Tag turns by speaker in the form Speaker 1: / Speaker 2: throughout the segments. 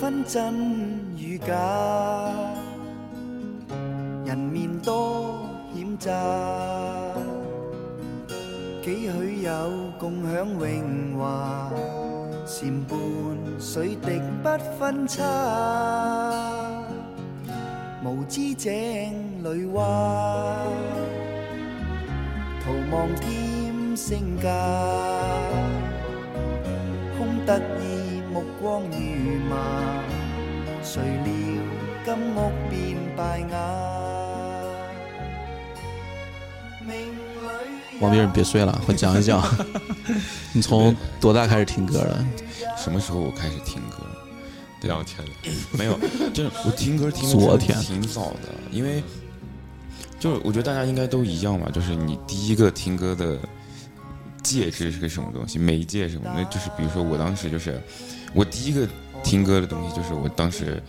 Speaker 1: 分真與假，人面多險詐，幾許有共享榮華，禪伴水滴不分差，無知井裏蛙，徒望添升價。空得意目光如麻，誰料金屋變敗瓦。
Speaker 2: 王斌，你别 睡了，我讲一讲。你从多大开始听歌的？
Speaker 3: 什么时候我开始听歌？两千 没有，就是我听歌听
Speaker 2: 昨
Speaker 3: 的
Speaker 2: 天
Speaker 3: 挺早的，因为就是我觉得大家应该都一样吧，就是你第一个听歌的介质是个什么东西，媒介是什么？那就是比如说我当时就是我第一个听歌的东西，就是我当时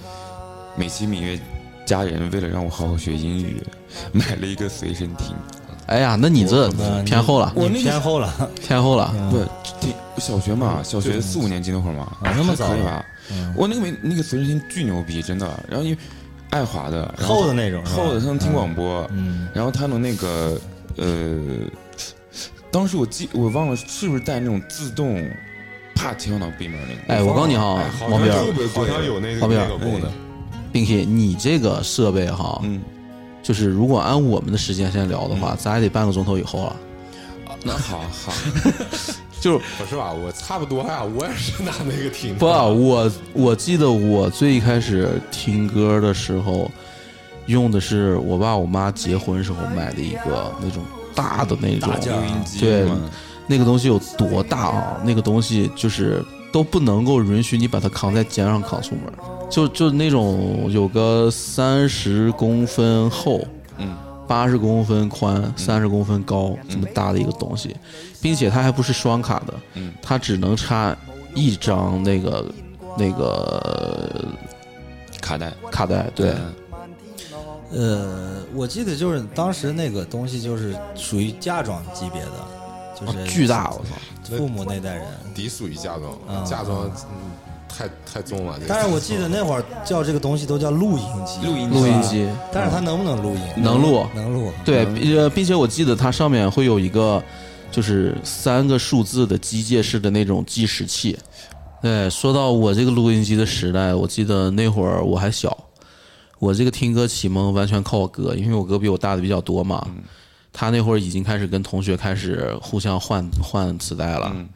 Speaker 3: 美其名曰家人为了让我好好学英语，买了一个随身听。
Speaker 2: 哎呀，那你嗯这偏后了，
Speaker 3: 我那
Speaker 4: 你
Speaker 3: 个
Speaker 4: 偏后 了，啊
Speaker 2: 偏后了。
Speaker 3: 不，听小学嘛，小学四五年级那会儿嘛，
Speaker 4: 那么早
Speaker 3: 可以
Speaker 4: 啊
Speaker 3: 吧？我那个没那个随身听巨牛逼，真的。然后因为爱华的然后
Speaker 4: 厚的那种，是吧
Speaker 3: 厚的，他能听广播，
Speaker 4: 嗯，
Speaker 3: 然后他能那个呃，当时我记我忘了是不是带那种自动啪贴上到背面那个。
Speaker 2: 哎，我告诉你哈
Speaker 3: 哎，
Speaker 2: 王斌
Speaker 3: 好
Speaker 2: 儿
Speaker 3: 像特别
Speaker 5: 好像有那个
Speaker 2: 旁边
Speaker 5: 那个功能，
Speaker 2: ，Binky，你这个设备哈，
Speaker 3: 嗯，
Speaker 2: 就是如果按我们的时间线聊的话，咱也得半个钟头以后了。
Speaker 3: 那好好，
Speaker 2: 就是
Speaker 5: 不是吧？我差不多呀、我也是拿那个听的。
Speaker 2: 不，我我记得我最开始听歌的时候，用的是我爸我妈结婚时候买的一个那种大的那种
Speaker 4: 大件儿
Speaker 3: 录音机
Speaker 2: 对
Speaker 3: 嘛
Speaker 2: 那个东西有多大啊？那个东西就是都不能够允许你把它扛在肩上扛出门，就就那种有个三十公分厚，
Speaker 3: 嗯，
Speaker 2: 八十公分宽，三十公分高，这么大的一个东西，并且它还不是双卡的，
Speaker 3: 嗯，
Speaker 2: 它只能插一张那个那个
Speaker 3: 卡带，嗯
Speaker 2: 卡带，对，
Speaker 4: 呃，我记得就是当时那个东西就是属于嫁妆级别的，就
Speaker 2: 啊
Speaker 4: 是
Speaker 2: 巨大，我操！
Speaker 4: 父母那代人。
Speaker 5: 低属于嫁妆，
Speaker 4: 嗯
Speaker 5: 嫁妆嗯太太重了。这个
Speaker 4: 但是我记得那会儿叫这个东西都叫录音机，
Speaker 3: 录音
Speaker 2: 录音机，
Speaker 4: 但是它能不能录音？
Speaker 2: 能录
Speaker 4: 能录。
Speaker 2: 对，呃，并且我记得它上面会有一个，就是三个数字的机械式的那种计时器。对，说到我这个录音机的时代，我记得那会儿我还小，我这个听歌启蒙完全靠我哥，因为我哥比我大的比较多嘛。他那会儿已经开始跟同学开始互相换换磁带了。
Speaker 3: 嗯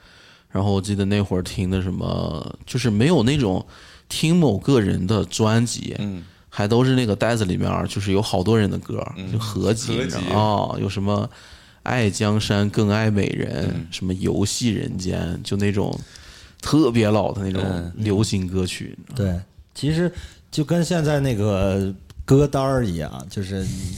Speaker 2: 然后我记得那会儿听的什么，就是没有那种听某个人的专辑，
Speaker 3: 嗯，
Speaker 2: 还都是那个袋子里面儿就是有好多人的歌，就合集，
Speaker 3: 嗯合
Speaker 2: 你知道
Speaker 3: 集
Speaker 2: 吗哦，有什么爱江山更爱美人，
Speaker 3: 嗯
Speaker 2: 什么游戏人间，就那种特别老的那种
Speaker 3: 嗯
Speaker 2: 流行歌曲。
Speaker 4: 对，其实就跟现在那个歌单儿一样，就是你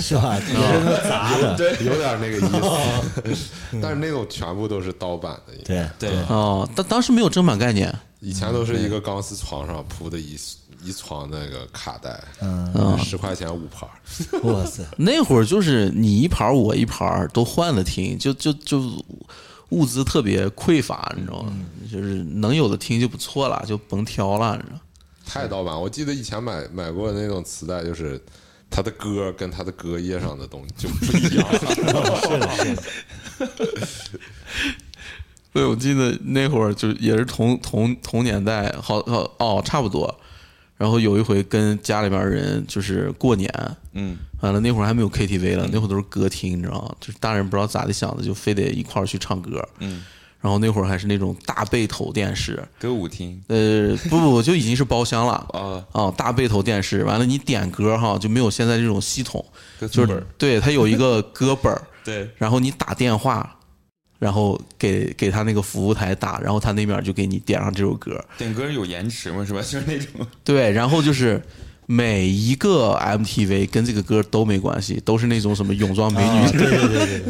Speaker 4: 是 吧？也是
Speaker 2: 嗯
Speaker 4: 那么砸的。
Speaker 5: 有点那个意思，但是那种全部都是盗版的，
Speaker 4: 对
Speaker 3: 对，
Speaker 2: 哦，当当时没有正版概念，
Speaker 5: 以前都是一个钢丝床上铺的一一床那个卡带，十块钱五盘儿，
Speaker 4: 哇塞，
Speaker 2: 那会儿就是你一盘儿我一盘儿都换了听，就就就物资特别匮乏，你知道吗？就是能有的听就不错了，就甭挑了，你知道。
Speaker 5: 太盗版。我记得以前买买过那种磁带，就是它的歌跟它的歌页上的东西就不一样。
Speaker 2: 对，我记得那会儿就也是同同同年代，好好哦，差不多。然后有一回跟家里边人就是过年，
Speaker 3: 嗯，
Speaker 2: 完了那会儿还没有 KTV 了，那会儿都是歌厅，你知道吗？就是大人不知道咋的想的，就非得一块儿去唱歌，嗯。然后那会儿还是那种大背头电视，
Speaker 3: 歌舞厅
Speaker 2: 呃，不不不，就已经是包厢了
Speaker 3: 啊
Speaker 2: 啊，大背头电视。完了，你点歌哈就没有现在这种系统，
Speaker 3: 歌
Speaker 2: 就
Speaker 3: 词本
Speaker 2: 是
Speaker 3: 儿，
Speaker 2: 对它有一个歌本儿，
Speaker 3: 对，
Speaker 2: 然后你打电话，然后给给他那个服务台打，然后他那边就给你点上这首歌。
Speaker 3: 点歌有延迟嘛，是吧？ 就是那种
Speaker 2: 对，然后就是每一个 MTV 跟这个歌都没关系，都是那种什么泳装美
Speaker 4: 啊
Speaker 2: 女。
Speaker 4: 对对对对，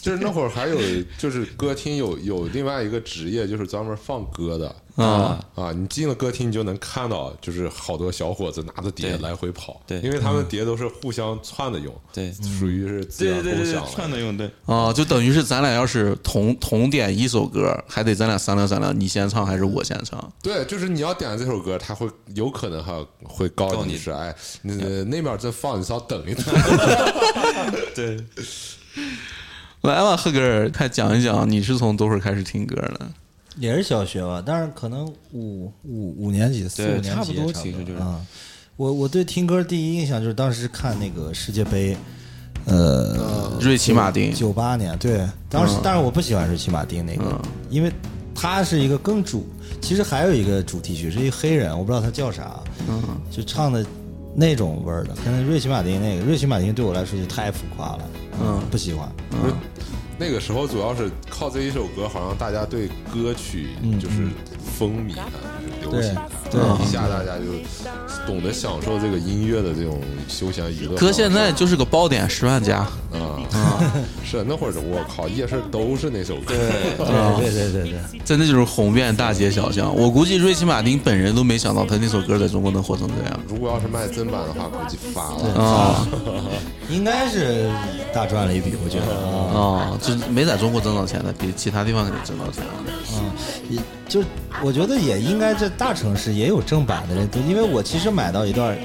Speaker 5: 就是那会儿还有，就是歌厅有有另外一个职业，就是专门放歌的
Speaker 2: 啊
Speaker 5: 啊！你进了歌厅，你就能看到，就是好多小伙子拿着碟
Speaker 3: 对
Speaker 5: 来回跑，
Speaker 3: 对
Speaker 5: 因为他们碟都是互相串着用，
Speaker 3: 对
Speaker 5: 属于是资源共享啊了。
Speaker 3: 串的用对，
Speaker 2: 啊，就等于是咱俩要是同同点一首歌，还得咱俩商量商量，你先唱还是我先唱？
Speaker 5: 对，就是你要点这首歌，他会有可能还会告你是哎，那那边正放，你稍等一等。
Speaker 3: 对，
Speaker 2: 来吧，贺哥儿，快讲一讲你是从多会儿开始听歌的？
Speaker 4: 也是小学吧，但是可能五五五年级、四
Speaker 3: 对
Speaker 4: 五年级也
Speaker 3: 差不
Speaker 4: 不
Speaker 3: 多其实就是
Speaker 4: 啊。我我对听歌第一印象就是当时看那个世界杯，呃，
Speaker 2: 瑞奇马丁
Speaker 4: 九八年，对，当
Speaker 3: 嗯
Speaker 4: 时但是我不喜欢瑞奇马丁那个，因为他是一个更主，其实还有一个主题曲是一黑人，我不知道他叫啥，
Speaker 3: 嗯
Speaker 4: 就唱的那种味儿的，跟瑞奇马丁那个，瑞奇马丁对我来说就太浮夸了，嗯，不喜欢，
Speaker 5: 那个时候主要是靠这一首歌，好像大家对歌曲就是风靡啊，就是流行啊，
Speaker 4: 嗯对对
Speaker 5: 一下大家就懂得享受这个音乐的这种休闲娱乐方式。
Speaker 2: 哥现在就是个爆点十万加，
Speaker 5: 啊，是那会儿我靠，夜市都是那首歌，
Speaker 3: 哦
Speaker 4: 对对对对对。
Speaker 2: 真的就是红遍大街小巷。我估计瑞奇马丁本人都没想到他那首歌在中国能火成这样
Speaker 5: 如果要是卖真版的话，估计发了。
Speaker 2: 啊
Speaker 4: 应该是大赚了一笔，我觉得
Speaker 2: 啊！
Speaker 4: 啊，
Speaker 2: 就没在中国挣到钱的，比其他地方肯定挣到钱了。
Speaker 4: 也就我觉得也应该，这大城市也有正版的人，因为我其实买到一段，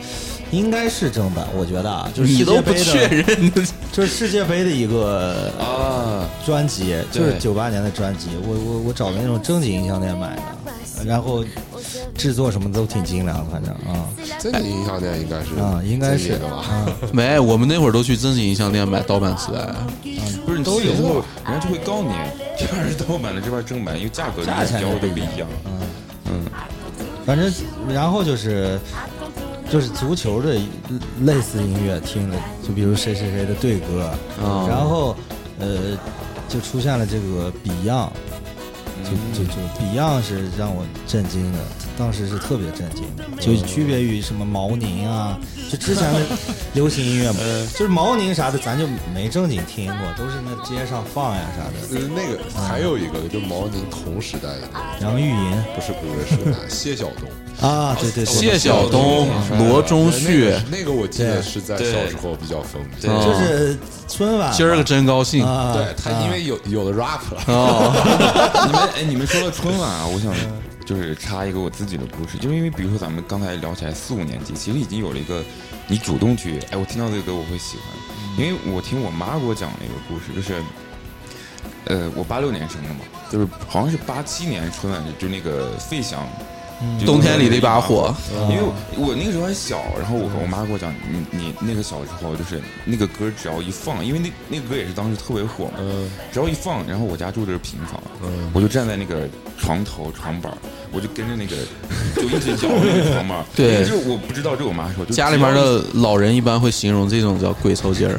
Speaker 4: 应该是正版，我觉得啊，就是
Speaker 2: 你
Speaker 4: 世
Speaker 2: 都
Speaker 4: 界
Speaker 2: 不
Speaker 4: 杯
Speaker 2: 确
Speaker 4: 的，
Speaker 2: 认，
Speaker 4: 就是世界杯的一个
Speaker 3: 啊，
Speaker 4: 专辑，就是
Speaker 3: 对
Speaker 4: 九八年的专辑，我我我找的那种正经音像店买的，然后制作什么都挺精良的，反正啊
Speaker 5: 这个音像店应该是
Speaker 4: 啊，应该
Speaker 5: 这
Speaker 4: 是
Speaker 5: 个吧？
Speaker 4: 啊，
Speaker 2: 没，我们那会儿都去真影像店买盗版磁带。
Speaker 3: 不是你
Speaker 4: 都有
Speaker 3: 之后，人家就会告你，这边是盗版的，这边正版，因为价格
Speaker 4: 价钱
Speaker 3: 标
Speaker 4: 都
Speaker 3: 的
Speaker 4: 不
Speaker 3: 不一样。
Speaker 4: 反正然后就是就是足球的类似音乐听的，就比如谁谁谁的队歌，啊
Speaker 2: 哦
Speaker 4: 然后呃就出现了这个 Beyond，就
Speaker 2: 嗯
Speaker 4: 就就 Beyond 是让我震惊的，当时是特别震惊的，就区别于什么毛宁啊，就之前的流行音乐 嘛，
Speaker 2: 嗯
Speaker 4: 就是毛宁啥的咱就没正经听过，都是那街上放呀啥的，
Speaker 5: 就是呃那个
Speaker 4: 啊
Speaker 5: 还有一个，就毛宁同时代的那个，
Speaker 4: 杨钰银
Speaker 5: 不是不是是 哪？谢晓东，
Speaker 4: 啊，对对对，
Speaker 2: 谢晓东、罗中旭，
Speaker 5: 哎那个我记
Speaker 4: 对
Speaker 5: 得是在
Speaker 3: 对
Speaker 5: 小时候比较风靡。
Speaker 3: 对
Speaker 4: 就是春晚嘛，
Speaker 2: 今儿个真高兴哦啊！
Speaker 4: 啊，
Speaker 5: 对他，因为有有了 rap 了，
Speaker 3: 你们哎，你们说到春晚啊，我想就是插一个我自己的故事，就是因为比如说咱们刚才聊起来四五年级，其实已经有了一个你主动去，哎，我听到这个歌我会喜欢，
Speaker 2: 嗯
Speaker 3: 因为我听我妈给我讲了一个故事，就是。呃，我八六年生的嘛，就是好像是八七年春晚，就那个费翔，
Speaker 2: 嗯
Speaker 3: 就
Speaker 2: 冬天里的一把火，嗯
Speaker 3: 因为我我那个时候还小，然后我我妈跟我讲，你你那个小时候就是那个歌只要一放，因为那那个歌也是当时特别火嘛，
Speaker 2: 嗯
Speaker 3: 只要一放，然后我家住的是平房，我就站在那个床头床板儿，我就跟着那个就一直摇那个床板儿，
Speaker 2: 对
Speaker 3: 就是我不知道这是我妈说，就
Speaker 2: 家里
Speaker 3: 只要
Speaker 2: 面的老人一般会形容这种叫“鬼抽 筋儿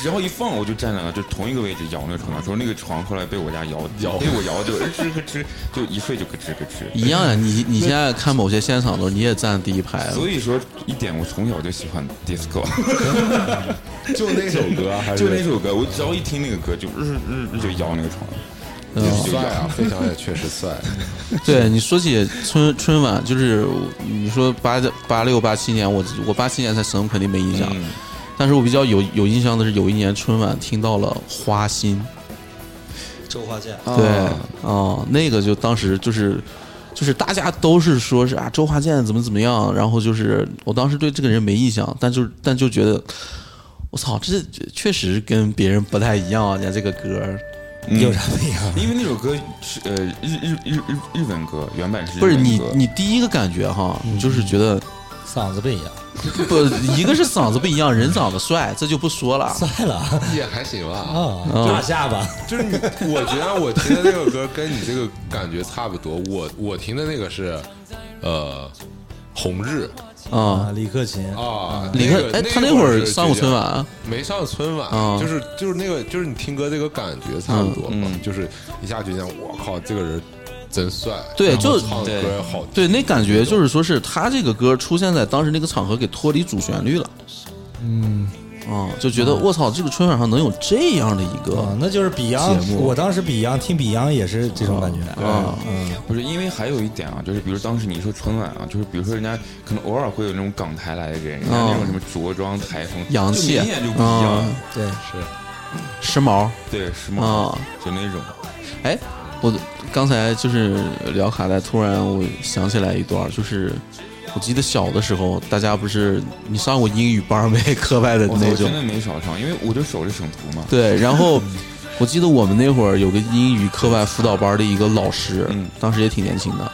Speaker 3: 只要一放我就站在那，就同一个位置摇那个床板儿，说那个床后来被我家摇摇，被我摇就吱咯吱，就一睡就咯吱咯”，吱。
Speaker 2: 一样呀。你你现在看某些现场的时候，你也站第一排了
Speaker 3: 所以说一点，我从小就喜欢 disco。
Speaker 5: 就那首歌还是
Speaker 3: 就那首歌，我只要一听那个歌，就日日日就摇那个床。
Speaker 5: 挺帅啊，费翔也确实 帅。
Speaker 2: 对你说起春春晚，就是你说八八六八七年，我我八七年才生，肯定没印象。
Speaker 3: 嗯
Speaker 2: 但是我比较有有印象的是，有一年春晚听到了《花心》。
Speaker 4: 周华健。
Speaker 2: 对，
Speaker 3: 啊
Speaker 2: 哦，那个就当时就是，就是大家都是说是啊，周华健怎么怎么样，然后就是我当时对这个人没印象，但就但就觉得，我操，这这确实跟别人不太一样啊，人家这个歌儿
Speaker 3: 嗯
Speaker 4: 有啥不一样？
Speaker 3: 因为那首歌是呃日日日日日本歌，原版是日
Speaker 2: 不是
Speaker 3: 本
Speaker 2: 你
Speaker 3: 歌嗯
Speaker 2: 你第一个感觉哈，你就是觉得
Speaker 4: 嗓子不一样，
Speaker 2: 不一个是嗓子不一样，人长得帅，这就不说 了。
Speaker 4: 算了啊
Speaker 5: 也还行吧，
Speaker 4: 啊，
Speaker 3: 嗯
Speaker 4: 大下巴，
Speaker 5: 就是你，我觉得我听的那个歌跟你这个感觉差不多。我我听的那个是，呃，红日
Speaker 2: 啊
Speaker 3: 嗯
Speaker 4: 啊，李克勤，
Speaker 5: 啊，
Speaker 2: 李
Speaker 5: 那
Speaker 2: 克
Speaker 5: 个，
Speaker 2: 哎，他
Speaker 5: 那
Speaker 2: 那会儿
Speaker 5: 是
Speaker 2: 上过
Speaker 5: 绝
Speaker 2: 春
Speaker 5: 佳
Speaker 2: 晚，
Speaker 5: 没上春晚，
Speaker 2: 啊
Speaker 5: 就是就是那个就是你听歌这个感觉差不多嘛，
Speaker 3: 嗯嗯
Speaker 5: 就是一下就讲我靠，这个人真帅，
Speaker 2: 对
Speaker 5: 然后
Speaker 2: 就
Speaker 5: 唱的歌也好听，啊
Speaker 2: 对，那感觉就是说是他这个歌出现在当时那个场合给脱离主旋律了。嗯，啊，就觉得我操，这个春晚上能有这样的一
Speaker 4: 啊
Speaker 2: 个，
Speaker 3: 嗯
Speaker 4: 那就是
Speaker 2: 节
Speaker 4: Beyond，
Speaker 2: 目
Speaker 4: 我当时 Beyond 听 Beyond 也是这种感觉
Speaker 3: 嗯
Speaker 4: 嗯
Speaker 2: 啊，
Speaker 3: 不是因为还有一点啊，就是比如当时你说春晚啊，就是比如说人家可能偶尔会有那种港台来的人，人家那种什么着装、台风，
Speaker 2: 哦洋气啊
Speaker 3: 就明显就不一样，
Speaker 2: 嗯
Speaker 4: 对，
Speaker 2: 时髦
Speaker 3: 对，时髦，
Speaker 2: 啊。
Speaker 3: 就那种。
Speaker 2: 哎，我刚才就是聊卡带，突然我想起来一段儿，就是我记得小的时候，大家不是你上过英语班儿没？ 课外的
Speaker 3: 我操
Speaker 2: 呃那
Speaker 3: 我
Speaker 2: 种
Speaker 3: 真，的没少上，因为我就守着省图嘛。
Speaker 2: 对，然后我记得我们那会儿有个英语课外辅导班的一个老师，
Speaker 3: 嗯
Speaker 2: 当时也挺年轻的，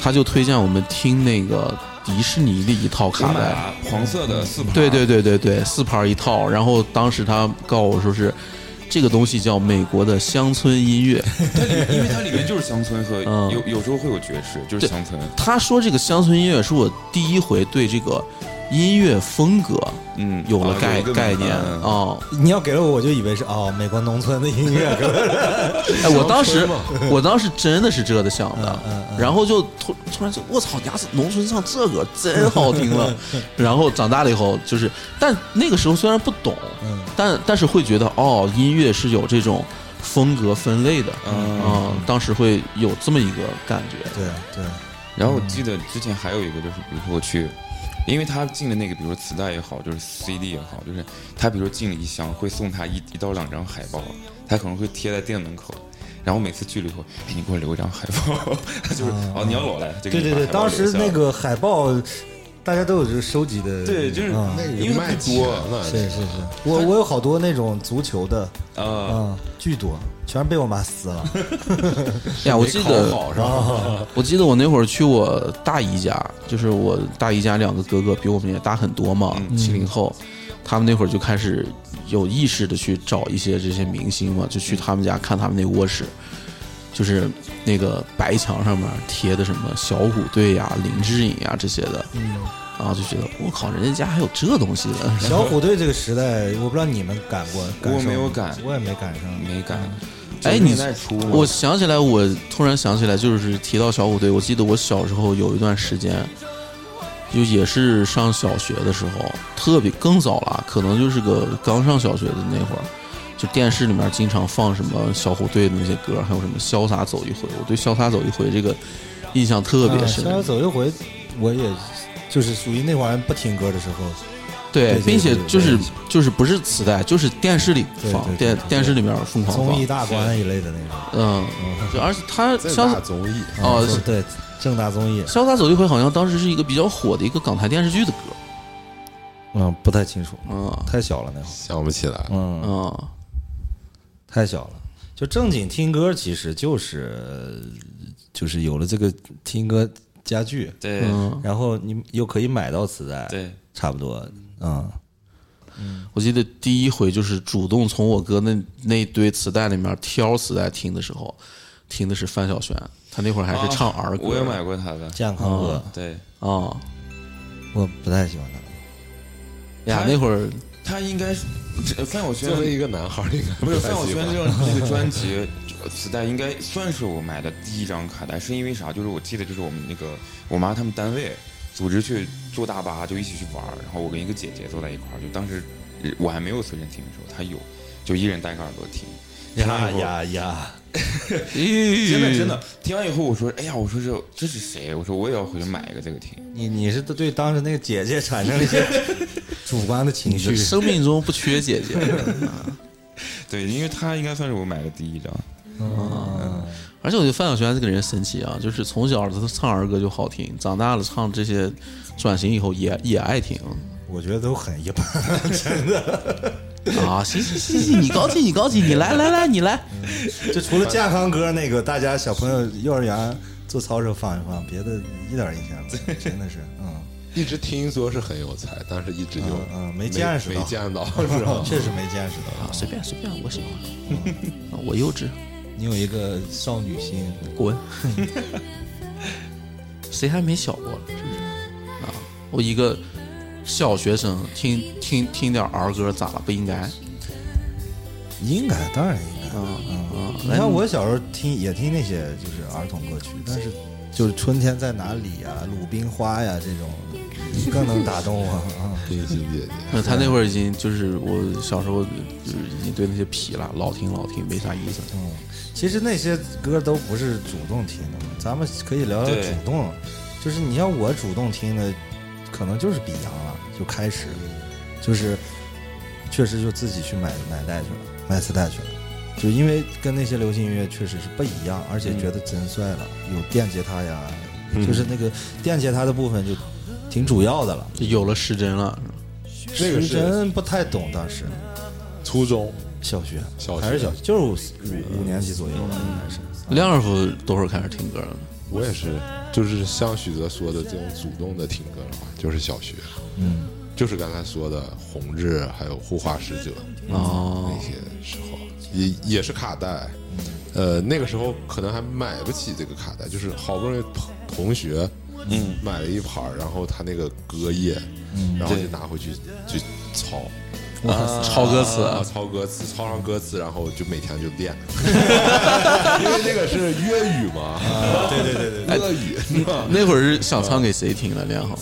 Speaker 2: 他就推荐我们听那个迪士尼的一套
Speaker 3: 我
Speaker 2: 卡
Speaker 3: 买
Speaker 2: 带，
Speaker 3: 了啊黄色的四盘，
Speaker 2: 对对对对对，四盘一套。然后当时他告我说是这个东西叫美国的乡村音乐，
Speaker 3: 它里面因为它里面就是乡村和
Speaker 2: 嗯
Speaker 3: 有有时候会有爵士，就是
Speaker 2: 对
Speaker 3: 乡村，
Speaker 2: 他说这个乡村音乐是我第一回对这个音乐风格
Speaker 3: 嗯，
Speaker 2: 有了
Speaker 3: 啊
Speaker 2: 概、
Speaker 3: 一个
Speaker 2: 概
Speaker 3: 门
Speaker 2: 念啊
Speaker 3: 嗯、
Speaker 4: 你要给了我，我就以为是哦，美国农村的 音乐，可能
Speaker 2: 哎，我当时 我当时真的是这的想的，
Speaker 4: 嗯嗯嗯
Speaker 2: 然后就突突然就我操，牙齿农村唱这个真好听 了。然后长大了以后就是，但那个时候虽然不懂，
Speaker 4: 嗯
Speaker 2: 但但是会觉得哦，音乐是有这种风格分类的，
Speaker 3: 嗯
Speaker 2: 当时会有这么一个感觉。
Speaker 4: 对对，
Speaker 3: 然后我记得之前还有一个就是，比如说我去，因为他进的那个，比如说磁带也好，就是 CD 也好，就是他比如说进了一箱，会送他一一到两张海报，他可能会贴在店门口。然后每次去了以后，哎，你给我留一张海报， 他就是哦，你要老来，就给
Speaker 4: 对
Speaker 3: 你
Speaker 4: 对
Speaker 3: 把海报
Speaker 4: 对，当
Speaker 3: 留
Speaker 4: 时
Speaker 3: 下
Speaker 4: 那个海报，大家都有这个收集的，
Speaker 3: 对，就是
Speaker 4: 嗯
Speaker 5: 那
Speaker 3: 因为
Speaker 5: 个
Speaker 3: 它
Speaker 5: 卖
Speaker 3: 不
Speaker 5: 多
Speaker 3: 多，
Speaker 5: 那
Speaker 4: 是是是，我我有好多那种足球的，
Speaker 3: 呃，
Speaker 4: 嗯，巨多，全被我妈撕了，
Speaker 2: 哎呀，我记
Speaker 3: 没
Speaker 2: 得
Speaker 3: 考好是吧？
Speaker 2: 我记得我那会儿去我大姨家，就是我大姨家两个哥哥比我们也大很多嘛，
Speaker 3: 嗯
Speaker 2: 七零后，他们那会儿就开始有意识的去找一些这些明星嘛，就去他们家看他们那卧室，就是那个白墙上面贴的什么小虎队呀、林志颖呀这些的，然后就觉得我靠，人家家还有这东西的，
Speaker 4: 小虎队这个时代，我不知道你们赶过，赶
Speaker 3: 我
Speaker 4: 上
Speaker 3: 没有
Speaker 4: 吗
Speaker 3: 赶
Speaker 4: 我也没赶上，
Speaker 3: 没敢。
Speaker 2: 哎
Speaker 3: 90
Speaker 2: 你
Speaker 3: 年代初嘛，
Speaker 2: 我想起来，我突然想起来，就是提到小虎队，我记得我小时候有一段时间，就也是上小学的时候，特别更早了，可能就是个刚上小学的那会儿，就电视里面经常放什么小虎队的那些歌，还有什么《潇洒走一回》，我对《潇洒走一回》这个印象特别深。
Speaker 4: 啊逍遥走一回，我也就是属于那会儿不听歌的时候，
Speaker 2: 对，
Speaker 4: 对对
Speaker 2: 并且
Speaker 4: 对
Speaker 2: 就是
Speaker 4: 对
Speaker 2: 就是不是磁带，就是电视里
Speaker 4: 对
Speaker 2: 放
Speaker 4: 对对
Speaker 2: 电
Speaker 4: 对
Speaker 2: 电视里面疯狂
Speaker 4: 综艺
Speaker 2: 放，
Speaker 4: 大观一类的那种。
Speaker 2: 嗯，就而且他
Speaker 5: 正
Speaker 2: 潇
Speaker 5: 大
Speaker 2: 洒
Speaker 5: 综艺，
Speaker 2: 哦
Speaker 4: 嗯对，正大综艺，
Speaker 2: 潇洒走一回好像当时是一个比较火的一个港台电视剧的歌。
Speaker 4: 嗯，不太清楚，
Speaker 2: 啊
Speaker 4: 太小了那会儿，
Speaker 5: 想不 起来。
Speaker 4: 嗯，
Speaker 2: 啊，
Speaker 4: 太小了。就正经听歌，其实就是就是有了这个听歌家具，
Speaker 3: 对
Speaker 2: 嗯，
Speaker 4: 然后你又可以买到磁带，
Speaker 3: 对，
Speaker 4: 差不多，嗯，
Speaker 2: 我记得第一回就是主动从我哥那那堆磁带里面挑磁带听的时候，听的是范晓萱，他那会儿还是唱儿歌，
Speaker 3: 我也买过他的，
Speaker 4: 健
Speaker 2: 哦
Speaker 4: 康歌
Speaker 3: 对。
Speaker 2: 啊，
Speaker 4: 我不太喜欢它。
Speaker 2: 呀
Speaker 3: 他，
Speaker 2: 那会儿
Speaker 3: 他应该是呃这范晓萱
Speaker 5: 作为一个男孩儿，应该
Speaker 3: 不是
Speaker 5: 太
Speaker 3: 范晓
Speaker 5: 喜
Speaker 3: 萱
Speaker 5: 欢
Speaker 3: 这种 这个专辑这磁带应该算是我买的第一张卡带，是因为啥？就是我记得就是我们那个我妈他们单位组织去坐大巴，就一起去玩儿，然后我跟一个姐姐坐在一块儿，就当时呃我还没有随身听的时候，她有，就一人戴个耳朵听。听完以后，
Speaker 4: 呀！
Speaker 3: 真
Speaker 2: 真
Speaker 3: 的真的，听完以后我说，哎呀，我说这这是谁？我说我也要回去买一个这个听。
Speaker 4: 你你是对当时那个姐姐产生了一些主观的情绪，
Speaker 2: 生命中不缺姐 姐。
Speaker 3: 对，因为她应该算是我买的第一张。
Speaker 2: 而且我觉得范晓萱这个人神奇啊，就是从小她唱儿歌就好听，长大了唱这些，转型以后也也爱听
Speaker 4: 我觉得都很一般， 真的。
Speaker 2: 啊。行行行行，你高级你高级，你来来来你来，啊
Speaker 4: 就除了健康歌那个，大家小朋友幼儿园做操时候放一放，别的一点印象没有，真的是，嗯
Speaker 5: 一直听说是很有才，但是一直就
Speaker 4: 嗯嗯没
Speaker 5: 没
Speaker 4: 见识到啊
Speaker 5: 没见 到，哦是吧？
Speaker 4: 确实没见识到。
Speaker 2: 随便随便，我喜欢，啊我幼稚。
Speaker 4: 你有一个少女心，
Speaker 2: 滚！谁还没小过了？是不是？啊，我一个小学生听听听点儿歌咋了？不应该啊
Speaker 4: 应该当然应该。
Speaker 2: 啊！
Speaker 4: 你
Speaker 2: 来
Speaker 4: 看我小时候听也听那些就是儿童歌曲，但是就是《春天在哪里》呀，《鲁冰花》呀这种，更能打动我啊。
Speaker 5: 冰心姐姐，
Speaker 2: 那他那会儿已经就是我小时候就是已经对那些皮了，老听老听没啥意思。
Speaker 4: 嗯，其实那些歌都不是主动听的，咱们可以聊聊
Speaker 3: 对
Speaker 4: 主动。就是你像我主动听的，可能就是 Beyond 了，就开始，就是确实就自己去买买带去了，买磁带去了。就因为跟那些流行音乐确实是不一样，而且觉得真帅了，有电吉他呀，就是那个电吉他的部分就挺主要的了。
Speaker 2: 有了失真了，
Speaker 5: 那个
Speaker 4: 时
Speaker 5: 是
Speaker 4: 针不太懂，当时
Speaker 5: 初中
Speaker 4: 小学
Speaker 5: 小学
Speaker 4: 还是小学，就是五五五年级左右吧，应该是。
Speaker 2: 亮师傅多会儿开始听歌了？
Speaker 5: 我也是，就是像许泽说的这种主动的听歌的话，就是小学，
Speaker 4: 嗯，
Speaker 5: 就是刚才说的红日，还有护花使者
Speaker 2: 哦嗯
Speaker 5: 那些时候，也也是卡带，呃，那个时候可能还买不起这个卡带，就是好不容易同同学。嗯，买了一盘儿，然后他那个隔夜，
Speaker 2: 嗯
Speaker 5: 然后就拿回去去抄，
Speaker 2: 啊，抄歌词
Speaker 5: 啊，抄歌词，抄上歌词，然后就每天就 练，因为那个是粤语嘛，对对对对，粤语，
Speaker 2: 那会儿是想唱给谁听了？亮好，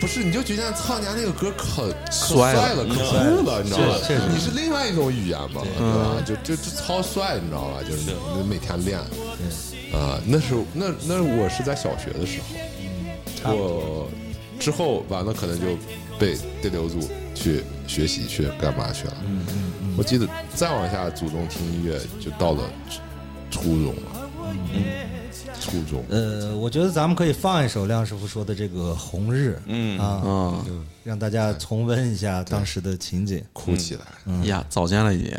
Speaker 5: 不是，你就觉得唱家那个歌可可
Speaker 2: 帅了
Speaker 5: 了，可酷了，你知道吧？你是另外一种语言嘛，对吧？就就就超帅，你知道吧？就是你每天练，啊，那是那那我是在小学的时候，我之后完了可能就被被留住去学习去干嘛去了。我记得再往下主动听音乐就到了初中了，初中
Speaker 4: 呃，我觉得咱们可以放一首亮师傅说的这个《红日》，嗯啊，
Speaker 2: 嗯
Speaker 4: 让大家重温一下当时的情景。
Speaker 5: 哭起来，
Speaker 2: 哎呀，早见了你。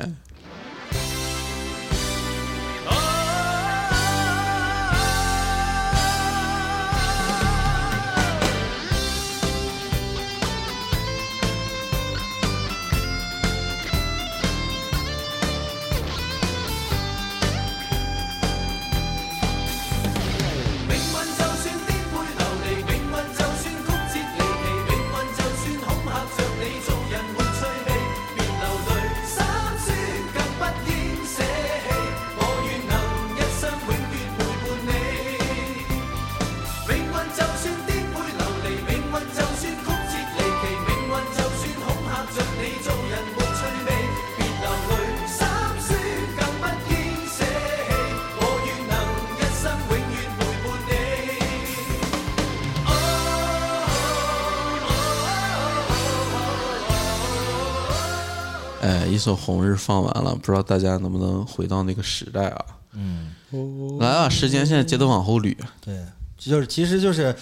Speaker 6: 命運就算顛沛流離，命運就算曲折離奇，命運就算恐嚇着你，做人沒趣味，別流淚，心酸更不應捨棄。我願能一生永遠陪伴你。命運就算顛沛流離，命運就算曲折離奇，命運就算恐嚇着你，做人沒趣味，別流淚，心酸更不應捨棄。我願能一生永遠陪伴你。
Speaker 2: 哎，一首《红日》放完了，不知道大家能不能回到那个时代啊？
Speaker 4: 哦
Speaker 2: 嗯，来啊，时间线接着往后捋。
Speaker 4: 对，就是其实就是，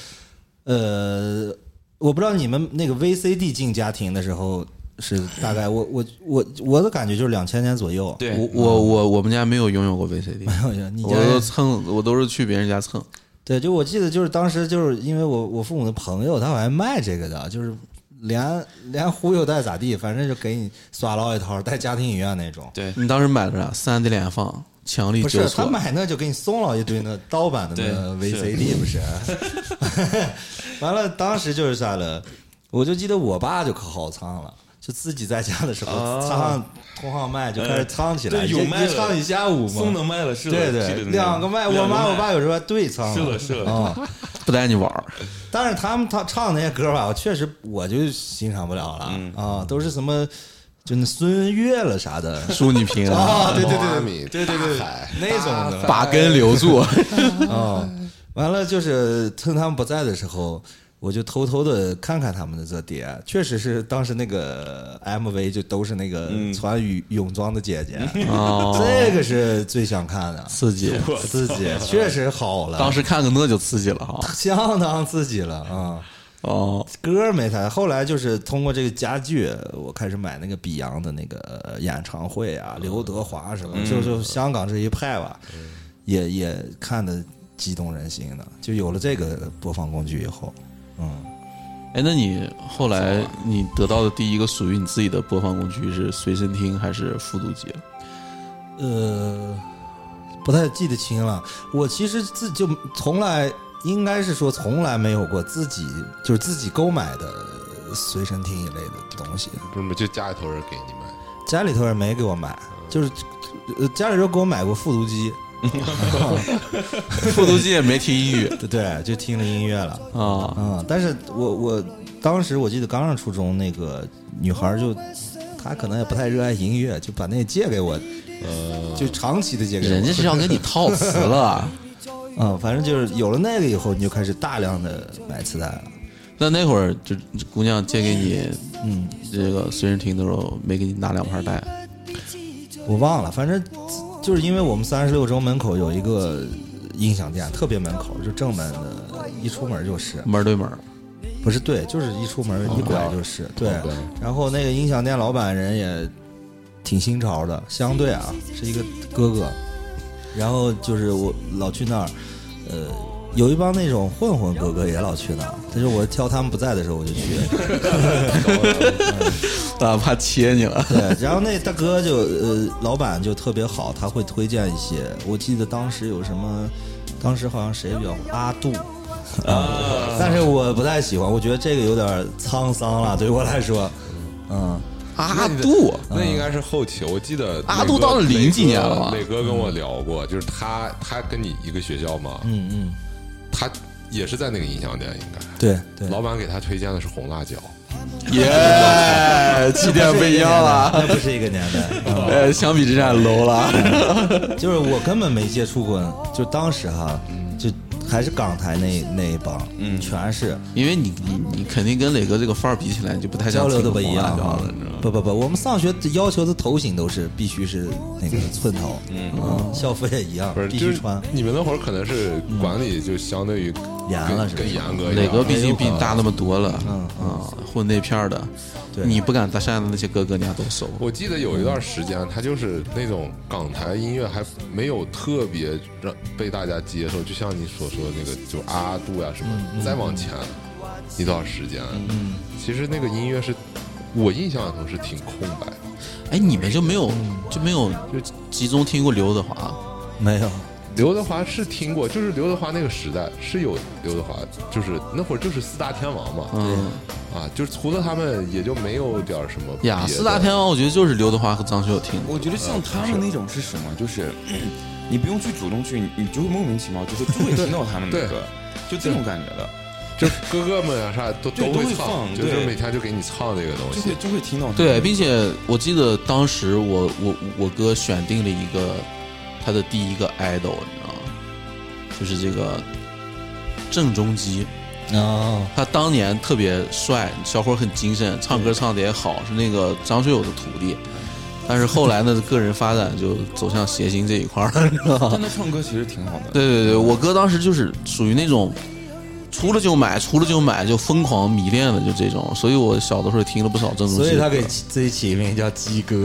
Speaker 4: 呃，我不知道你们那个 VCD 进家庭的时候是大概我我我我的感觉就是两千年左右。
Speaker 3: 对嗯
Speaker 2: 我我我我们家没有拥有过 VCD，
Speaker 4: 你家
Speaker 2: 我都蹭，我都是去别人家蹭。
Speaker 4: 对，就我记得就是当时就是因为我我父母的朋友他好像卖这个的，就是连连忽悠带咋地，反正就给你耍唠一套，带家庭影院那种。
Speaker 3: 对
Speaker 2: 你当时买的啥？三 D 连放，强力
Speaker 4: 不
Speaker 2: 纠
Speaker 4: 是他
Speaker 2: 错。
Speaker 4: 买那就给你送了一堆那盗版的那
Speaker 3: 对是
Speaker 4: VCD，不是？完了，当时就是啥了，我就记得我爸就可好唱了。就自己在家的时候唱通号麦，就开始唱起来，
Speaker 3: 对
Speaker 4: 一
Speaker 3: 有麦
Speaker 4: 一唱一下午嘛。
Speaker 3: 松能卖了，是的，
Speaker 4: 对
Speaker 3: 是的
Speaker 4: 对，
Speaker 3: 那
Speaker 4: 两个麦，我
Speaker 3: 两个
Speaker 4: 妈我
Speaker 3: 麦
Speaker 4: 爸有时候还对唱。
Speaker 3: 是的是的
Speaker 4: 啊，
Speaker 2: 不带你玩儿，
Speaker 4: 但是他们他唱那些歌吧，我确实我就欣赏不了了、啊，都是什么就那孙悦了啥的
Speaker 2: 祝你平安，
Speaker 4: 啊，对对对对
Speaker 5: 对对对对对。
Speaker 4: 那种的
Speaker 2: 把根留 住。
Speaker 4: 啊。完了就是趁他们不在的时候，我就偷偷的看看他们的这碟，确实是当时那个 MV 就都是那个穿羽泳装的姐姐，
Speaker 2: 哦
Speaker 4: 这个是最想看的，
Speaker 2: 刺激，
Speaker 4: 自己确实好了，
Speaker 2: 当时看个那就刺激了哈。
Speaker 4: 相当自己了啊。
Speaker 2: 哦，
Speaker 4: 歌儿没太，后来就是通过这个家具，我开始买那个比昂的那个呃演唱会啊，刘德华什么，就就香港这一派吧，也也看的激动人心的，就有了这个播放工具以后，嗯，
Speaker 2: 哎，那你后来你得到的第一个属于你自己的播放工具是随身听还是复读 机？
Speaker 4: 呃，不太记得清了。我其实自就从来应该是说从来没有过自己就是自己购买的随身听一类的东西，
Speaker 5: 不是，就家里头人给你买。
Speaker 4: 家里头人没给我买，就是呃家里头给我买过复读机，
Speaker 2: 复读机也没听英语
Speaker 4: 对 对，就听了音乐了。
Speaker 2: 啊，
Speaker 4: 嗯，但是我我当时我记得刚上初中，那个女孩儿就她可能也不太热爱音乐，就把那借给我，就长期的借给我。
Speaker 2: 呃人家是要跟你 套词了。
Speaker 4: 啊、反正就是有了那个以后，你就开始大量的买磁带了。
Speaker 2: 那那会儿就姑娘借给你，嗯，这个随身听的时候没给你拿两盘带，
Speaker 4: 我忘了，反正就是因为我们三十六中门口有一个音响店，特别门口，就正门的，一出门就是，
Speaker 2: 门儿对门儿，
Speaker 4: 不是对，就是一出门一拐就是、对。然后那个音响店老板人也挺新潮的，相对啊是一个哥哥，然后就是我老去那儿，呃。有一帮那种混混哥哥也老去那儿，但是我挑他们不在的时候我就去。
Speaker 2: 啊，怕切你了。
Speaker 4: 对，然后那大哥就呃，老板就特别好，他会推荐一些。我记得当时有什么，当时好像谁比较火阿杜。啊！ 但是我不太喜欢，我觉得这个有点沧桑了，对于我来说，嗯，
Speaker 2: 阿杜，啊
Speaker 5: 那应该是后期，我记得
Speaker 2: 阿杜到了零几年了吧嗯
Speaker 5: 磊哥磊哥跟我聊过，就是他他跟你一个学校嘛，嗯嗯，他也是在那个音响店，应该
Speaker 4: 对对，
Speaker 5: 老板给他推荐的是红辣椒，
Speaker 2: 耶，起点不一样了。
Speaker 4: 那不是一个年 代，嗯
Speaker 2: 呃，相比之下 low 了。
Speaker 4: 就是我根本没接触过，就当时哈，就还是港台那那一帮，嗯，全是
Speaker 2: 因为你你你肯定跟磊哥这个范儿比起来，你就不太像
Speaker 4: 交流的不
Speaker 2: 听
Speaker 4: 一
Speaker 2: 红辣
Speaker 4: 样
Speaker 2: 椒
Speaker 4: 啊
Speaker 2: 了，你知道吗？
Speaker 4: 不不不，我们上学要求的头型都是必须是那个寸头，嗯，校服也一样
Speaker 5: 不是，，
Speaker 4: 必
Speaker 5: 就
Speaker 4: 须
Speaker 5: 是
Speaker 4: 穿。
Speaker 5: 你们那会儿可能是
Speaker 2: 嗯
Speaker 5: 管理就相对于
Speaker 4: 严了
Speaker 5: 更
Speaker 4: 是吧
Speaker 5: 更严格一点，
Speaker 2: 磊哥毕竟比你大那么多了，啊，混那片儿的，
Speaker 4: 嗯对
Speaker 2: 你不敢搭讪的那些哥哥，你还都熟。
Speaker 5: 我记得有一段时间，他就是那种港台音乐还没有特别让被大家接受，就像你所说的那个，就阿杜呀、什么，再往前一段时间，其实那个音乐是我印象中是挺空白的。
Speaker 2: 哎，你们就没有
Speaker 4: 嗯
Speaker 2: 就没有就集中听过刘德华？
Speaker 4: 没有，
Speaker 5: 刘德华是听过，就是刘德华那个时代是有刘德华，就是那会儿就是四大天王嘛，
Speaker 2: 嗯，
Speaker 5: 啊，就是除了他们也就没有点儿什么别
Speaker 2: 呀，
Speaker 5: 的
Speaker 2: 四大天王，我觉得就是刘德华和张学友听的。
Speaker 3: 我觉得像他们那种是什么？就是 你不用去主动去，你你就会莫名其妙，就是就会听到他们的歌，就这种感觉的，
Speaker 5: 就哥哥们啊啥都
Speaker 3: 对
Speaker 5: 都
Speaker 3: 都
Speaker 5: 会
Speaker 3: 会
Speaker 5: 唱，
Speaker 3: 放
Speaker 5: 就是
Speaker 3: 对
Speaker 5: 每天就给你唱这个东
Speaker 3: 就
Speaker 5: 西
Speaker 3: 会，就会听到他们的歌。
Speaker 2: 对，并且我记得当时我我我哥选定了一个他的第一个 idol，你知道吗？就是这个郑中基。
Speaker 4: 哦，
Speaker 2: 他当年特别帅，小伙儿很精神，唱歌唱的也好，是那个张学友的徒弟。但是后来呢， 个人发展就走向谐星这一块儿了，你知道吗
Speaker 3: 但？他唱歌其实挺好的。
Speaker 2: 对对对，我哥当时就是属于那种出了就买，出了就买，就疯狂迷恋的，就这种。所以我小的时候也听了不少郑中基的歌。
Speaker 4: 所以他给起自己起名叫鸡 哥。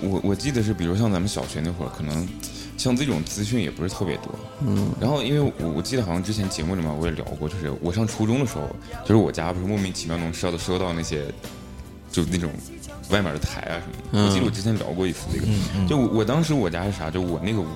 Speaker 3: 我我记得是，比如像咱们小学那会儿，可能像这种资讯也不是特别多。嗯。然后，因为我我记得好像之前节目里面我也聊过，就是我上初中的时候，就是我家不是莫名其妙能收到收到那些，就那种外面的台啊什么的。我记得我之前聊过一次这个，就我我当时我家是啥？就我那个屋，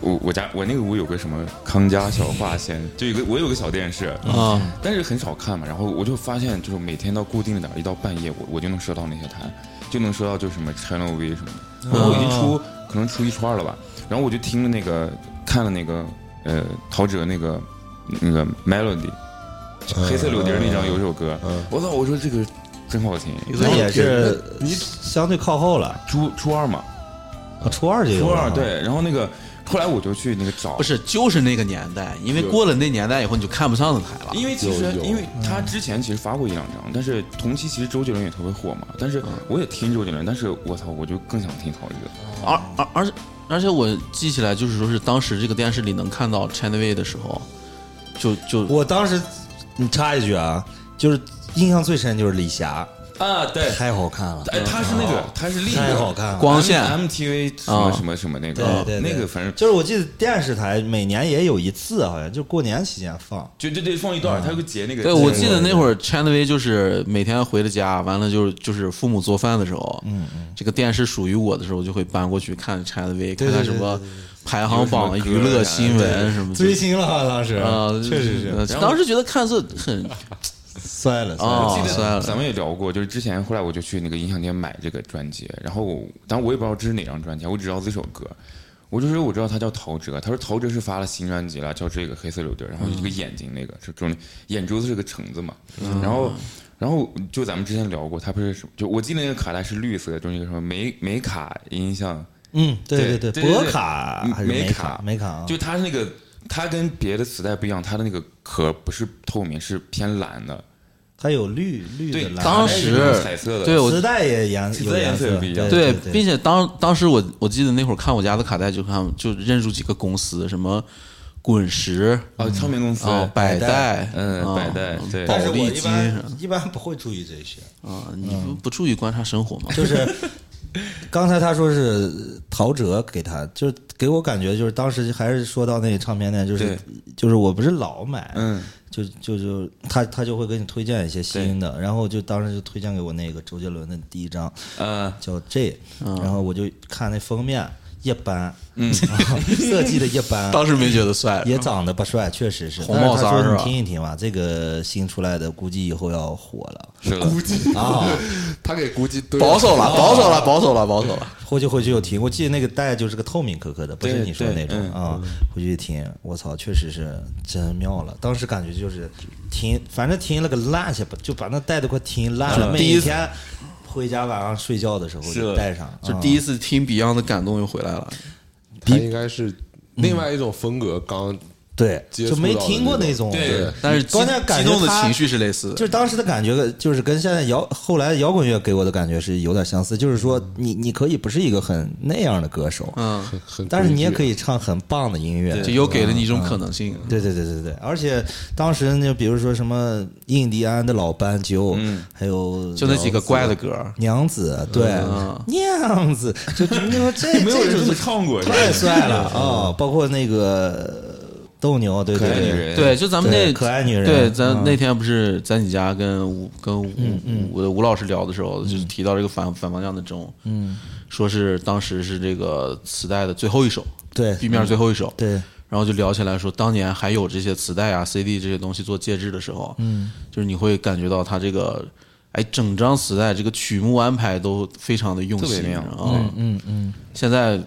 Speaker 3: 我我家我那个屋有个什么康佳小画仙，就有个我有个小电视，
Speaker 4: 嗯
Speaker 2: 啊，
Speaker 3: 但是很少看嘛。然后我就发现，就是每天到固定的点儿，一到半夜，我我就能收到那些台，就能收到就是什么 Channel V 什么的。然后我已经初可能初一初二了吧，然后我就听了那个看了那个呃陶喆那个那个 Melody，、黑色柳丁儿那张有一首歌，我操，我说这个真好听。
Speaker 4: 那也是你相对靠后了，
Speaker 3: 初初二嘛，
Speaker 4: 啊初二就有
Speaker 3: 初
Speaker 4: 了
Speaker 3: 二，对，然后那个后来我就去那个找，
Speaker 2: 不是，就是那个年代，因为过了那年代以后，你就看不上那台了。
Speaker 4: 嗯
Speaker 3: 因为其
Speaker 5: 有
Speaker 3: 实
Speaker 5: 有
Speaker 3: 因为他之前其实发过一两张，但是同期其实周杰伦也特别火嘛，但是我也听周杰伦，但是我操，我就更想听陶喆。
Speaker 2: 而而而且而且我记起来，就是说是当时这个电视里能看到 China Way 的时候，就就
Speaker 4: 我当时，你插一句啊，就是印象最深就是李霞，
Speaker 3: 啊，对
Speaker 4: 太好看了，
Speaker 3: 哎，他是那个，他是另一
Speaker 4: 太好
Speaker 3: 个
Speaker 4: 看了。
Speaker 2: 光线
Speaker 3: MTV 什
Speaker 2: 啊
Speaker 3: 么什么什么那个，
Speaker 4: 对对对
Speaker 3: 哦那个反正
Speaker 4: 就是我记得电视台每年也有一次，好像就过年期间放。
Speaker 3: 就就对放一段，他会截那个。
Speaker 2: 对，我记得那会儿 China V 就是每天回了家，完了就是就是父母做饭的时候，嗯嗯，这个电视属于我的时候，我就会搬过去看 China V，看看什么排行榜、
Speaker 3: 有什
Speaker 2: 娱
Speaker 3: 么歌
Speaker 2: 乐
Speaker 3: 呀
Speaker 2: 新闻什么的。
Speaker 4: 星了，当时
Speaker 2: 嗯啊，
Speaker 4: 确实是。
Speaker 2: 呃当时觉得看这很
Speaker 4: 摔了，摔
Speaker 2: 啊
Speaker 4: 了，
Speaker 3: 记得
Speaker 2: 算了
Speaker 3: 咱们也聊过，就是之前后来我就去那个音像店买这个专辑，然后但我也不知道这是哪张专辑，啊我只知道这首歌。我就说我知道他叫陶喆，他说陶喆是发了新专辑了，叫这个《黑色柳丁》，然后就这个眼睛那个是中眼珠子是个橙子嘛，
Speaker 2: 嗯
Speaker 3: 然后然后就咱们之前聊过，他不是什么就我记得那个卡带是绿色的，中间有什么美美卡音像，
Speaker 4: 嗯，对
Speaker 3: 对
Speaker 4: 对，
Speaker 3: 对
Speaker 4: 博
Speaker 3: 对
Speaker 4: 卡
Speaker 3: 嗯
Speaker 4: 还是
Speaker 3: 美
Speaker 4: 美
Speaker 3: 卡
Speaker 4: 美卡啊，
Speaker 3: 就它是那个它跟别的磁带不一样，它的那个壳不是透明，是偏蓝的，
Speaker 4: 它有绿绿的
Speaker 3: 对，
Speaker 4: 蓝，
Speaker 2: 当
Speaker 3: 卡带是那种
Speaker 2: 时
Speaker 3: 彩色的，
Speaker 2: 对我
Speaker 4: 磁带也颜
Speaker 3: 磁
Speaker 4: 有
Speaker 3: 带颜色也
Speaker 4: 色
Speaker 3: 不一样
Speaker 2: 对
Speaker 4: 对，，
Speaker 2: 并且当当时我我记得那会儿看我家的卡带，就看就认出几个公司，什么滚石
Speaker 3: 啊，唱片公司
Speaker 2: 啊、百代
Speaker 4: 代，
Speaker 3: 嗯，百代对，
Speaker 2: 保
Speaker 4: 但是我
Speaker 2: 利
Speaker 4: 一
Speaker 2: 金
Speaker 4: 般一 般不会注意这些，
Speaker 2: 啊，你不不注意观察生活吗？
Speaker 4: 就是 刚才他说是陶喆给他，就是给我感觉就是当时还是说到那个唱片店，就是
Speaker 3: 对
Speaker 4: 就是我不是老买，
Speaker 3: 嗯，
Speaker 4: 就就就他他就会给你推荐一些新的，然后就当时就推荐给我那个周杰伦的第一张
Speaker 2: 啊嗯
Speaker 3: 呃，
Speaker 4: 叫 J，然后我就看那封面一般，嗯， 设计的一般，
Speaker 2: 当时没觉得帅，
Speaker 4: 也长得不帅，确实是。
Speaker 2: 红
Speaker 4: 但是
Speaker 2: 帽
Speaker 4: 他
Speaker 2: 衫
Speaker 4: 说
Speaker 2: 是吧
Speaker 4: 你听一听吧，这个新出来的估计以后要火了。
Speaker 3: 是的，
Speaker 5: 估 计
Speaker 4: 啊，
Speaker 5: 他给估计 对
Speaker 2: 保守了，保守了，保守了，保守了。
Speaker 4: 回去回去又听，我记得那个带就是个透明壳壳的，不是
Speaker 3: 对
Speaker 4: 你说的那种
Speaker 3: 对嗯
Speaker 4: 啊。回去一听，我操，确实是真妙了。当时感觉就是听，反正听了个烂下巴，就把那带的快听烂了。
Speaker 2: 是
Speaker 4: 每
Speaker 2: 第一次
Speaker 4: 天回家晚上睡觉的时候
Speaker 3: 是
Speaker 4: 就带上，嗯
Speaker 2: 就第一次
Speaker 4: 次
Speaker 2: 听 Beyond 的感动又回来了，
Speaker 5: 他应该是另外一种风格，刚
Speaker 4: 嗯对，
Speaker 5: 接触
Speaker 4: 就没
Speaker 5: 到的
Speaker 4: 听过
Speaker 5: 那
Speaker 4: 那
Speaker 5: 种
Speaker 4: 种，
Speaker 5: 对对
Speaker 2: 但是激
Speaker 4: 关键感
Speaker 2: 激
Speaker 4: 觉
Speaker 2: 动的
Speaker 4: 他
Speaker 2: 情绪是类似的，
Speaker 4: 就是当时的感觉，就是跟现在摇后来摇滚乐给我的感觉是有点相似，就是说你你可以不是一个很那样的歌手，
Speaker 2: 嗯，
Speaker 5: 很很，
Speaker 4: 但是你也可
Speaker 5: 以。
Speaker 4: 以唱很棒的音乐，
Speaker 2: 就又给了你一种可能性。
Speaker 4: 对对对对对，而且当时那比如说什么印第安的老斑鸠，还有
Speaker 2: 就那几个怪的歌，
Speaker 4: 娘子，对
Speaker 2: 嗯
Speaker 4: 娘子，就就你说这
Speaker 3: 没有人
Speaker 4: 这
Speaker 3: 这么
Speaker 4: 种
Speaker 3: 唱过，是吧
Speaker 4: 太帅了啊！哦包括那个斗牛，对
Speaker 3: 可
Speaker 4: 对
Speaker 3: 爱女
Speaker 4: 对，
Speaker 3: 人，
Speaker 2: 对，就咱们
Speaker 4: 对
Speaker 2: 那
Speaker 4: 可爱女人
Speaker 2: 对，咱
Speaker 4: 嗯
Speaker 2: 那天不是在你家跟吴跟吴我的吴老师聊的时候，
Speaker 4: 嗯
Speaker 2: 就是提到这个反反方向的钟，嗯，说是当时是这个磁带的最后一首，
Speaker 4: 对嗯
Speaker 2: B 面最后一首，
Speaker 4: 对。
Speaker 2: 然后就聊起来说，当年还有这些磁带啊、CD 这些东西做介质的时候，嗯，就是你会感觉到它这个，哎，整张磁带这个曲目安排都非常的用
Speaker 3: 特
Speaker 2: 心
Speaker 3: 别妙
Speaker 2: 啊，嗯嗯现在，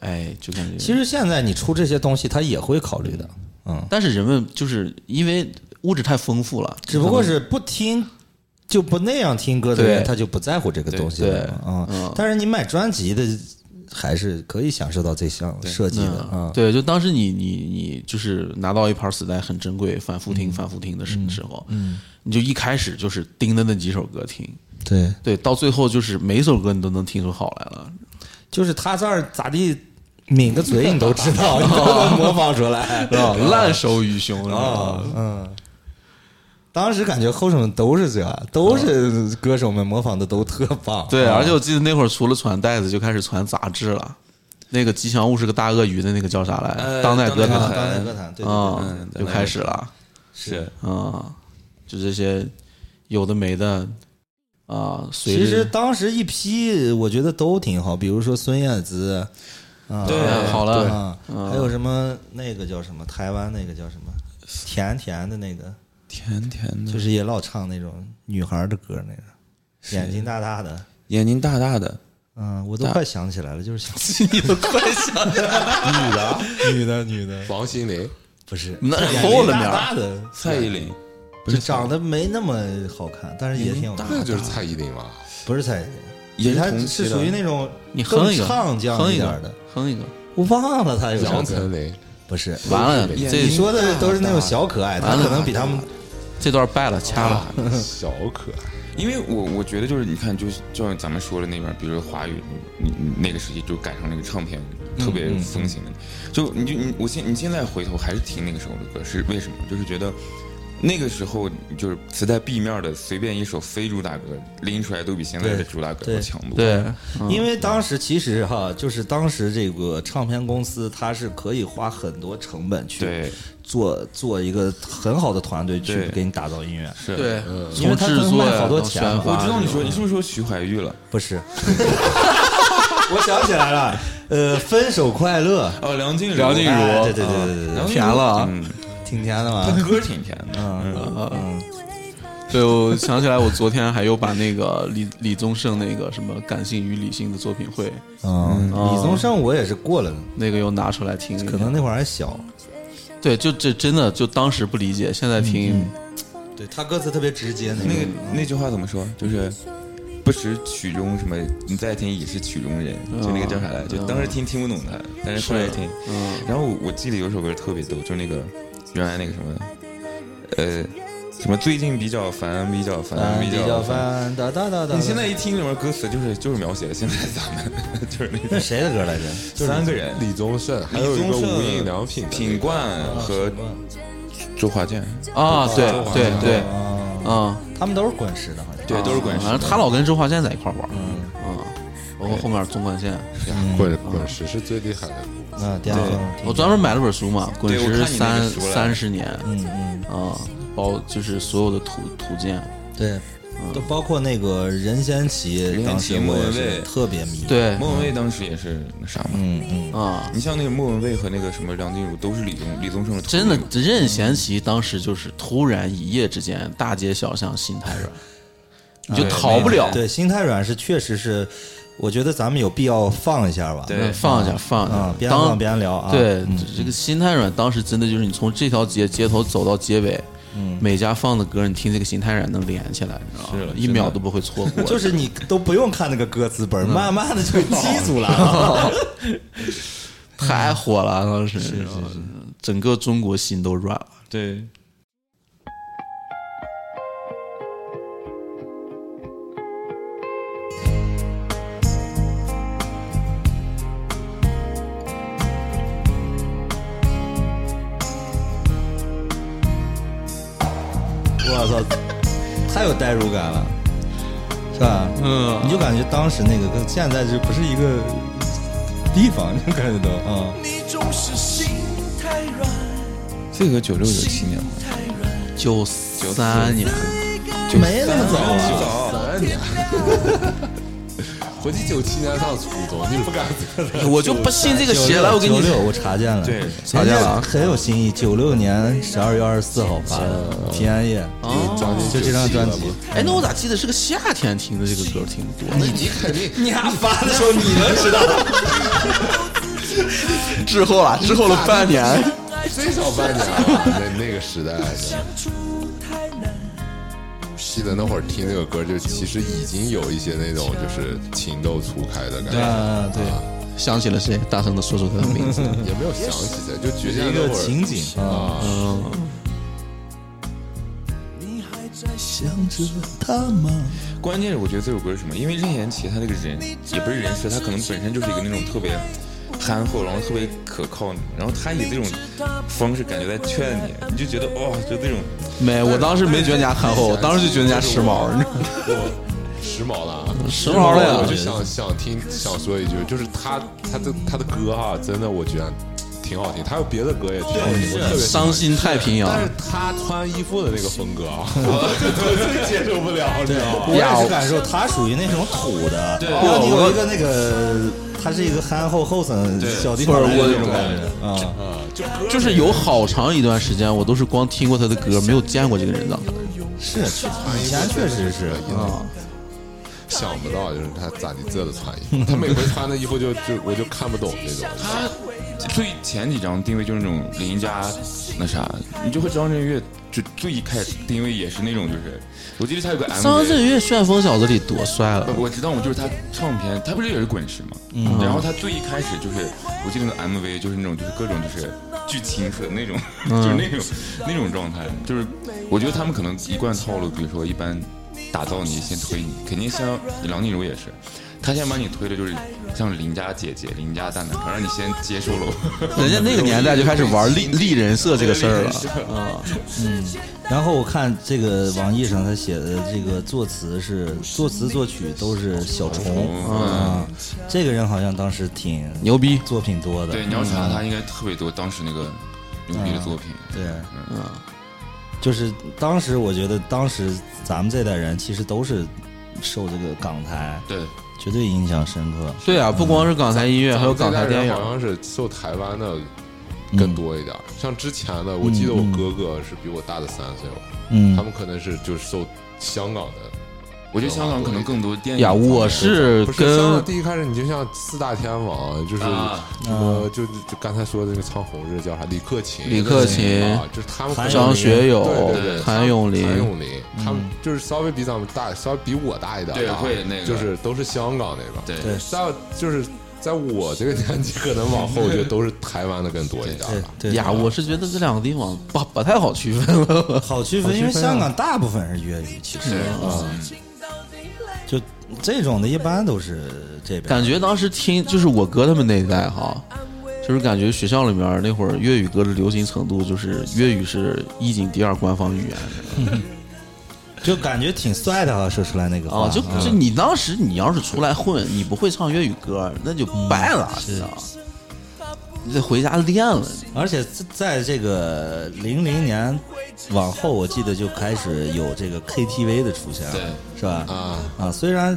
Speaker 2: 哎，就感觉
Speaker 4: 其实现在你出这些东西，他也会考虑的，嗯，
Speaker 2: 但是人们就是因为物质太丰富了，
Speaker 4: 只不过是不听就不那样听歌的
Speaker 2: 对
Speaker 4: 人，他就不在乎这个东西
Speaker 2: 对
Speaker 4: 了啊、嗯。但是你买专辑的，还是可以享受到这项设计的
Speaker 2: 嗯
Speaker 4: 啊。
Speaker 2: 对，就当时你你你就是拿到一盘磁带很珍贵，反复听、反复听的时时候，嗯，你就一开始就是盯着那几首歌听，
Speaker 4: 对，
Speaker 2: 对，到最后就是每一首歌你都能听出好来了，
Speaker 4: 就是他这儿咋地抿个嘴，你都知 道，你都能模仿出来。嗯
Speaker 2: 啊，烂熟于胸啊，
Speaker 4: 当时感觉后生都是这样，都是歌手们模仿的都特棒。
Speaker 2: 嗯对，
Speaker 4: 啊
Speaker 2: 而且我记得那会儿除了传袋子，就开始传杂志了。那个吉祥物是个大鳄鱼的那个叫啥来？
Speaker 3: 呃
Speaker 2: 当代歌
Speaker 3: 当
Speaker 4: 啊
Speaker 2: 坛
Speaker 3: 代
Speaker 4: 当代歌坛，对对对，
Speaker 2: 啊
Speaker 3: 嗯，
Speaker 2: 就开始了
Speaker 3: 是
Speaker 2: 啊，就这些有的没的啊。随
Speaker 4: 其实
Speaker 2: 着
Speaker 4: 当时一批我觉得都挺好，比如说孙燕姿，啊，
Speaker 3: 对
Speaker 2: 哎好了，
Speaker 4: 啊，还有什么那个叫什么台湾那个叫什么甜甜的那个，
Speaker 3: 甜甜的，
Speaker 4: 就是也老唱那种女孩的歌那个，眼睛大大的。
Speaker 3: 眼睛大大的，
Speaker 4: 嗯，我都
Speaker 3: 大
Speaker 4: 快想起来了，就是想
Speaker 2: 你都快想
Speaker 4: 女的， 女的，女的，
Speaker 5: 王心凌，
Speaker 4: 不是
Speaker 2: 那
Speaker 4: 眼睛
Speaker 2: 后了面
Speaker 4: 大
Speaker 2: 儿
Speaker 4: 大的，
Speaker 3: 蔡依林，不
Speaker 4: 就是长得没那么好看，但是也挺好看
Speaker 5: 那。就是蔡依林了。
Speaker 4: 不是蔡依林，
Speaker 3: 也是
Speaker 4: 她
Speaker 3: 同期
Speaker 4: 是
Speaker 3: 的
Speaker 4: 属于那种
Speaker 2: 你哼一
Speaker 4: 更
Speaker 2: 个，
Speaker 4: 唱将
Speaker 2: 哼一
Speaker 4: 点儿的
Speaker 2: 个，，哼一个，
Speaker 4: 我忘了她有啥
Speaker 5: 杨
Speaker 4: 歌，
Speaker 5: 丞琳，
Speaker 4: 不是。
Speaker 2: 完了，
Speaker 5: 眼
Speaker 4: 你
Speaker 2: 这
Speaker 4: 说的都是那种小可爱，她可能比他们
Speaker 2: 这段败了，掐了。
Speaker 5: 啊，小可爱，
Speaker 3: 因为我我觉得就是你看，就是就像咱们说的那边，比如说华语，你你那个时期就赶上那个唱片特别风行的，
Speaker 5: 嗯
Speaker 3: 就你就你我现你现在回头还是听那个时候的歌，是为什么？就是觉得那个时候就是磁带 B 面的随便一首非主打歌拎出来都比现在的
Speaker 4: 对
Speaker 3: 主打歌
Speaker 4: 对
Speaker 3: 要强多。
Speaker 2: 对，
Speaker 4: 因为当时其实哈，就是当时这个唱片公司，它是可以花很多成本去
Speaker 3: 对
Speaker 4: 做做一个很好的团队去
Speaker 3: 对
Speaker 4: 给你打造音乐。
Speaker 3: 是。
Speaker 2: 对，
Speaker 4: 因为
Speaker 2: 呃从
Speaker 4: 他
Speaker 2: 制
Speaker 4: 能
Speaker 2: 作
Speaker 4: 卖
Speaker 2: 呀
Speaker 4: 好多
Speaker 2: 到
Speaker 4: 钱
Speaker 2: 宣
Speaker 4: 嘛
Speaker 2: 发
Speaker 3: 我知道你
Speaker 2: 这种
Speaker 3: 说你是不是说徐怀钰了？
Speaker 4: 不是， 我想起来了，呃，分手快乐，
Speaker 3: 哦，梁静茹，
Speaker 2: 梁静茹啊
Speaker 4: 哎对对对对对
Speaker 3: 梁静
Speaker 4: 对，
Speaker 3: 茹
Speaker 2: 甜了啊
Speaker 3: 嗯，
Speaker 4: 挺甜的
Speaker 3: 她的
Speaker 4: 嘛。
Speaker 3: 歌挺甜的，嗯
Speaker 2: 啊，对，我想起来，我昨天还又把那个李李宗盛那个什么《感性与理性》的作品会，
Speaker 4: 嗯，李宗盛我也是过了，
Speaker 2: 那个又拿出来听一遍，
Speaker 4: 可能那会儿还小，
Speaker 2: 对，就这真的就当时不理解，现在听，
Speaker 4: 对他歌词特别直接，那
Speaker 3: 那个那句话怎么说？就是不识曲中什么，你再听已是曲中人，就那个叫啥来？就当时听听不懂它，但是后来听。然后我记得有首歌特别逗，就是那个原来那个什么，呃，什么最近比较烦，比较烦，
Speaker 4: 啊嗯比
Speaker 3: 较
Speaker 4: 较。翻哒哒哒哒。
Speaker 3: 你现在一听里面歌词，就是就是描写现在咱们 就是那
Speaker 4: 那
Speaker 3: 个
Speaker 4: 谁的歌来着？
Speaker 3: 三个人，
Speaker 5: 李宗盛，还
Speaker 3: 李
Speaker 5: 有一个
Speaker 3: 宗盛
Speaker 5: 无印良品的
Speaker 3: 品冠和周华健，
Speaker 2: 啊，对对对，
Speaker 4: 啊，
Speaker 2: 啊，
Speaker 4: 他们都是滚石的，好像。
Speaker 3: 对，都是滚石
Speaker 2: 反
Speaker 3: 的。
Speaker 2: 正他老跟周华健在一块儿玩，嗯，包括后面纵贯线，
Speaker 5: 滚
Speaker 4: 嗯
Speaker 5: 滚石是最厉害的，
Speaker 4: 啊，巅峰。
Speaker 2: 我专门买了本书嘛，《滚
Speaker 3: 对我
Speaker 2: 石
Speaker 3: 看你那
Speaker 2: 三
Speaker 3: 个书了
Speaker 2: 三十年》
Speaker 4: 嗯嗯，
Speaker 2: 啊，包就是所有的图图鉴，
Speaker 4: 对，都包括那个任贤齐，当时我也是特别迷。，
Speaker 2: 对，
Speaker 3: 莫文蔚当时也是那啥嘛，
Speaker 4: 嗯嗯，
Speaker 2: 啊，
Speaker 3: 你像那个莫文蔚和那个什么梁静茹都是李宗李宗盛的徒弟
Speaker 2: 真的，任贤齐当时就是突然一夜之间，大街小巷心太 软，你就逃不了。
Speaker 4: 对，心太软是确实是，我觉得咱们有必要放一下吧。
Speaker 3: 对
Speaker 2: 嗯放下，放
Speaker 4: 啊，
Speaker 2: 下，
Speaker 4: 边放
Speaker 2: 当
Speaker 4: 边聊啊。
Speaker 2: 对这个心太软，当时真的就是你从这条街街头走到结尾，每家放的歌，你听这个心太软能连起来，你知道
Speaker 3: 是
Speaker 2: 吗
Speaker 3: 的？
Speaker 2: 一秒都不会错 过。
Speaker 4: 就是你都不用看那个歌词本，慢慢的就记住了。啊
Speaker 2: 太火了，当时是整个中国心都软了。
Speaker 3: 对，
Speaker 4: 我操，太有代入感了，是吧？嗯，你就感觉当时那个跟现在就不是一个地方， 就感觉都啊，
Speaker 6: 你总是心太软，
Speaker 3: 这个九六九七年，
Speaker 6: 太软，
Speaker 2: 九三年，
Speaker 4: 就没那么早啊。
Speaker 5: 三年， 回去九七年上初中，你不敢
Speaker 2: 哎我就不信这个邪了。
Speaker 4: 96
Speaker 2: 我跟你
Speaker 4: 九六，
Speaker 2: 说，
Speaker 4: 我查见了，
Speaker 3: 对
Speaker 4: 查见了啊，很有新意。九六年十二月二十四号发的《平安夜》，
Speaker 5: 专辑
Speaker 4: 就这张专辑。
Speaker 2: 哎，那我咋记得是个夏天听的这个歌听的多？
Speaker 5: 你你肯定
Speaker 4: 你还发的时候，你能知道？
Speaker 2: 滞后了，滞后了半年。
Speaker 5: 最少半年了，那那个时代，
Speaker 6: 相处太难。
Speaker 5: 记得那会儿听那个歌，就其实已经有一些那种就是情窦初开的感觉，
Speaker 4: 啊，对，
Speaker 2: 想起了谁？大声的说出他的名字。
Speaker 5: 也没有想起来，就觉
Speaker 4: 是
Speaker 5: 得
Speaker 4: 一
Speaker 5: 那
Speaker 4: 个
Speaker 5: 会
Speaker 4: 情
Speaker 5: 儿
Speaker 4: 景啊。
Speaker 6: 你还在想着他吗？
Speaker 3: 关键是我觉得这首歌是什么？因为任贤齐他那个人也不是人设，他可能本身就是一个那种特别憨厚，然后特别可靠，然后他以这种方式感觉在劝你，你就觉得哦，就这种
Speaker 2: 没，我当时没觉得人家憨厚，我当时就觉得人家时髦，你知道吗？
Speaker 5: 时髦了啊。
Speaker 2: 时髦了
Speaker 5: 我就
Speaker 2: 呀。
Speaker 5: 想想听想说一句，就是他他的他的歌哈、真的我觉得挺好听，他有别的歌也挺好听，我特别喜欢
Speaker 2: 伤。心太平洋
Speaker 5: 但是他穿衣服的那个风 格啊，我就最接受不了，你知
Speaker 2: 哦
Speaker 5: 道吗？
Speaker 4: 我也是感受，他属于那种土的，对，然后你有一个那个，他是一个憨厚后生小地方的那种感觉啊。
Speaker 2: 就是有好长一段时间，我都是光听过他的歌，没有见过这个人长啥样。
Speaker 4: 是，以前确实是啊，
Speaker 5: 想不到就是他咋地这的穿衣服，他每回穿的衣服就就我就看不懂那种。
Speaker 3: 他最前几张定位就是那种邻家那啥，你就会张震岳就最一开始定位也是那种就是，我记得他有个 MV，
Speaker 2: 张震岳《旋风小子》里多帅了，
Speaker 3: 不，我知道，我就是他唱片，他不是也是滚石吗？嗯。然后他最一开始就是，我记得那个 MV 就是那种就是各种就是巨青涩那种，就是那种那种状态，就是我觉得他们可能一贯套路，比如说一般打造你先推你，肯定像梁静茹也是。他先把你推的，就是像邻家姐姐、邻家蛋蛋，然后让你先接受了。
Speaker 2: 人家那个年代就开始玩立立人设这个事 儿了啊。
Speaker 4: 然后我看这个网易上他写的这个作词是作词作曲都是小虫啊，这个人好像当时挺
Speaker 2: 牛逼
Speaker 4: 作品多的，
Speaker 3: 对，你要查他应该特别多，当时那个牛逼的作品。
Speaker 4: 对，
Speaker 2: 嗯，
Speaker 4: 就是当时我觉得当时咱们这代人其实都是受这个港台
Speaker 3: 对，
Speaker 4: 绝对影响深刻，
Speaker 2: 啊对啊，不光是港台音乐，还有港台电嗯
Speaker 5: 好
Speaker 2: 影。
Speaker 5: 像是受台湾的更多一点儿。像之前的，我记得我哥哥是比我大的三岁吧，哦
Speaker 2: 嗯
Speaker 5: 他们可能是就是受香港的
Speaker 3: 我觉得香港可能更多电影
Speaker 2: 呀，
Speaker 3: 方面。
Speaker 2: 我是
Speaker 5: 不是香港
Speaker 2: 跟
Speaker 5: 第一开始你就像四大天王，就是
Speaker 3: 啊
Speaker 5: 什么就就刚才说的那个苍红是叫啥？李克勤，
Speaker 2: 李克勤
Speaker 5: 啊，就是他们
Speaker 4: 韩
Speaker 5: 可能
Speaker 2: 张学友
Speaker 5: 对对对、
Speaker 2: 谭咏
Speaker 5: 谭
Speaker 2: 麟，
Speaker 5: 咏麟，他们就是稍微比咱们大，稍微比我大一点
Speaker 3: 对
Speaker 5: 的啊，
Speaker 3: 会那个
Speaker 5: 就是都是香港那边。
Speaker 3: 对
Speaker 4: 对
Speaker 5: 在就是在我这个年纪，可能往后我觉得都是台湾的更多一点啊
Speaker 4: 对
Speaker 5: 吧。
Speaker 4: 对
Speaker 2: 呀，我是觉得这两个地方不不太好区分了。
Speaker 4: 好区分，因为香港大部分是粤语，其实啊，就这种的一般都是这边
Speaker 2: 感觉当时听就是我哥他们那一代哈，就是感觉学校里面那会儿粤语歌的流行程度，就是粤语是一警第二官方语言
Speaker 4: 就感觉挺帅的啊，说出来那个话
Speaker 2: 啊，就
Speaker 4: 嗯
Speaker 2: 就你当时你要是出来混，你不会唱粤语歌，那就败了，你知道吗？你得回家练了。
Speaker 4: 而且在在这个零零年往后，我记得就开始有这个 KTV 的出现了，
Speaker 3: 对
Speaker 4: 是吧？
Speaker 5: 啊
Speaker 4: 啊，虽然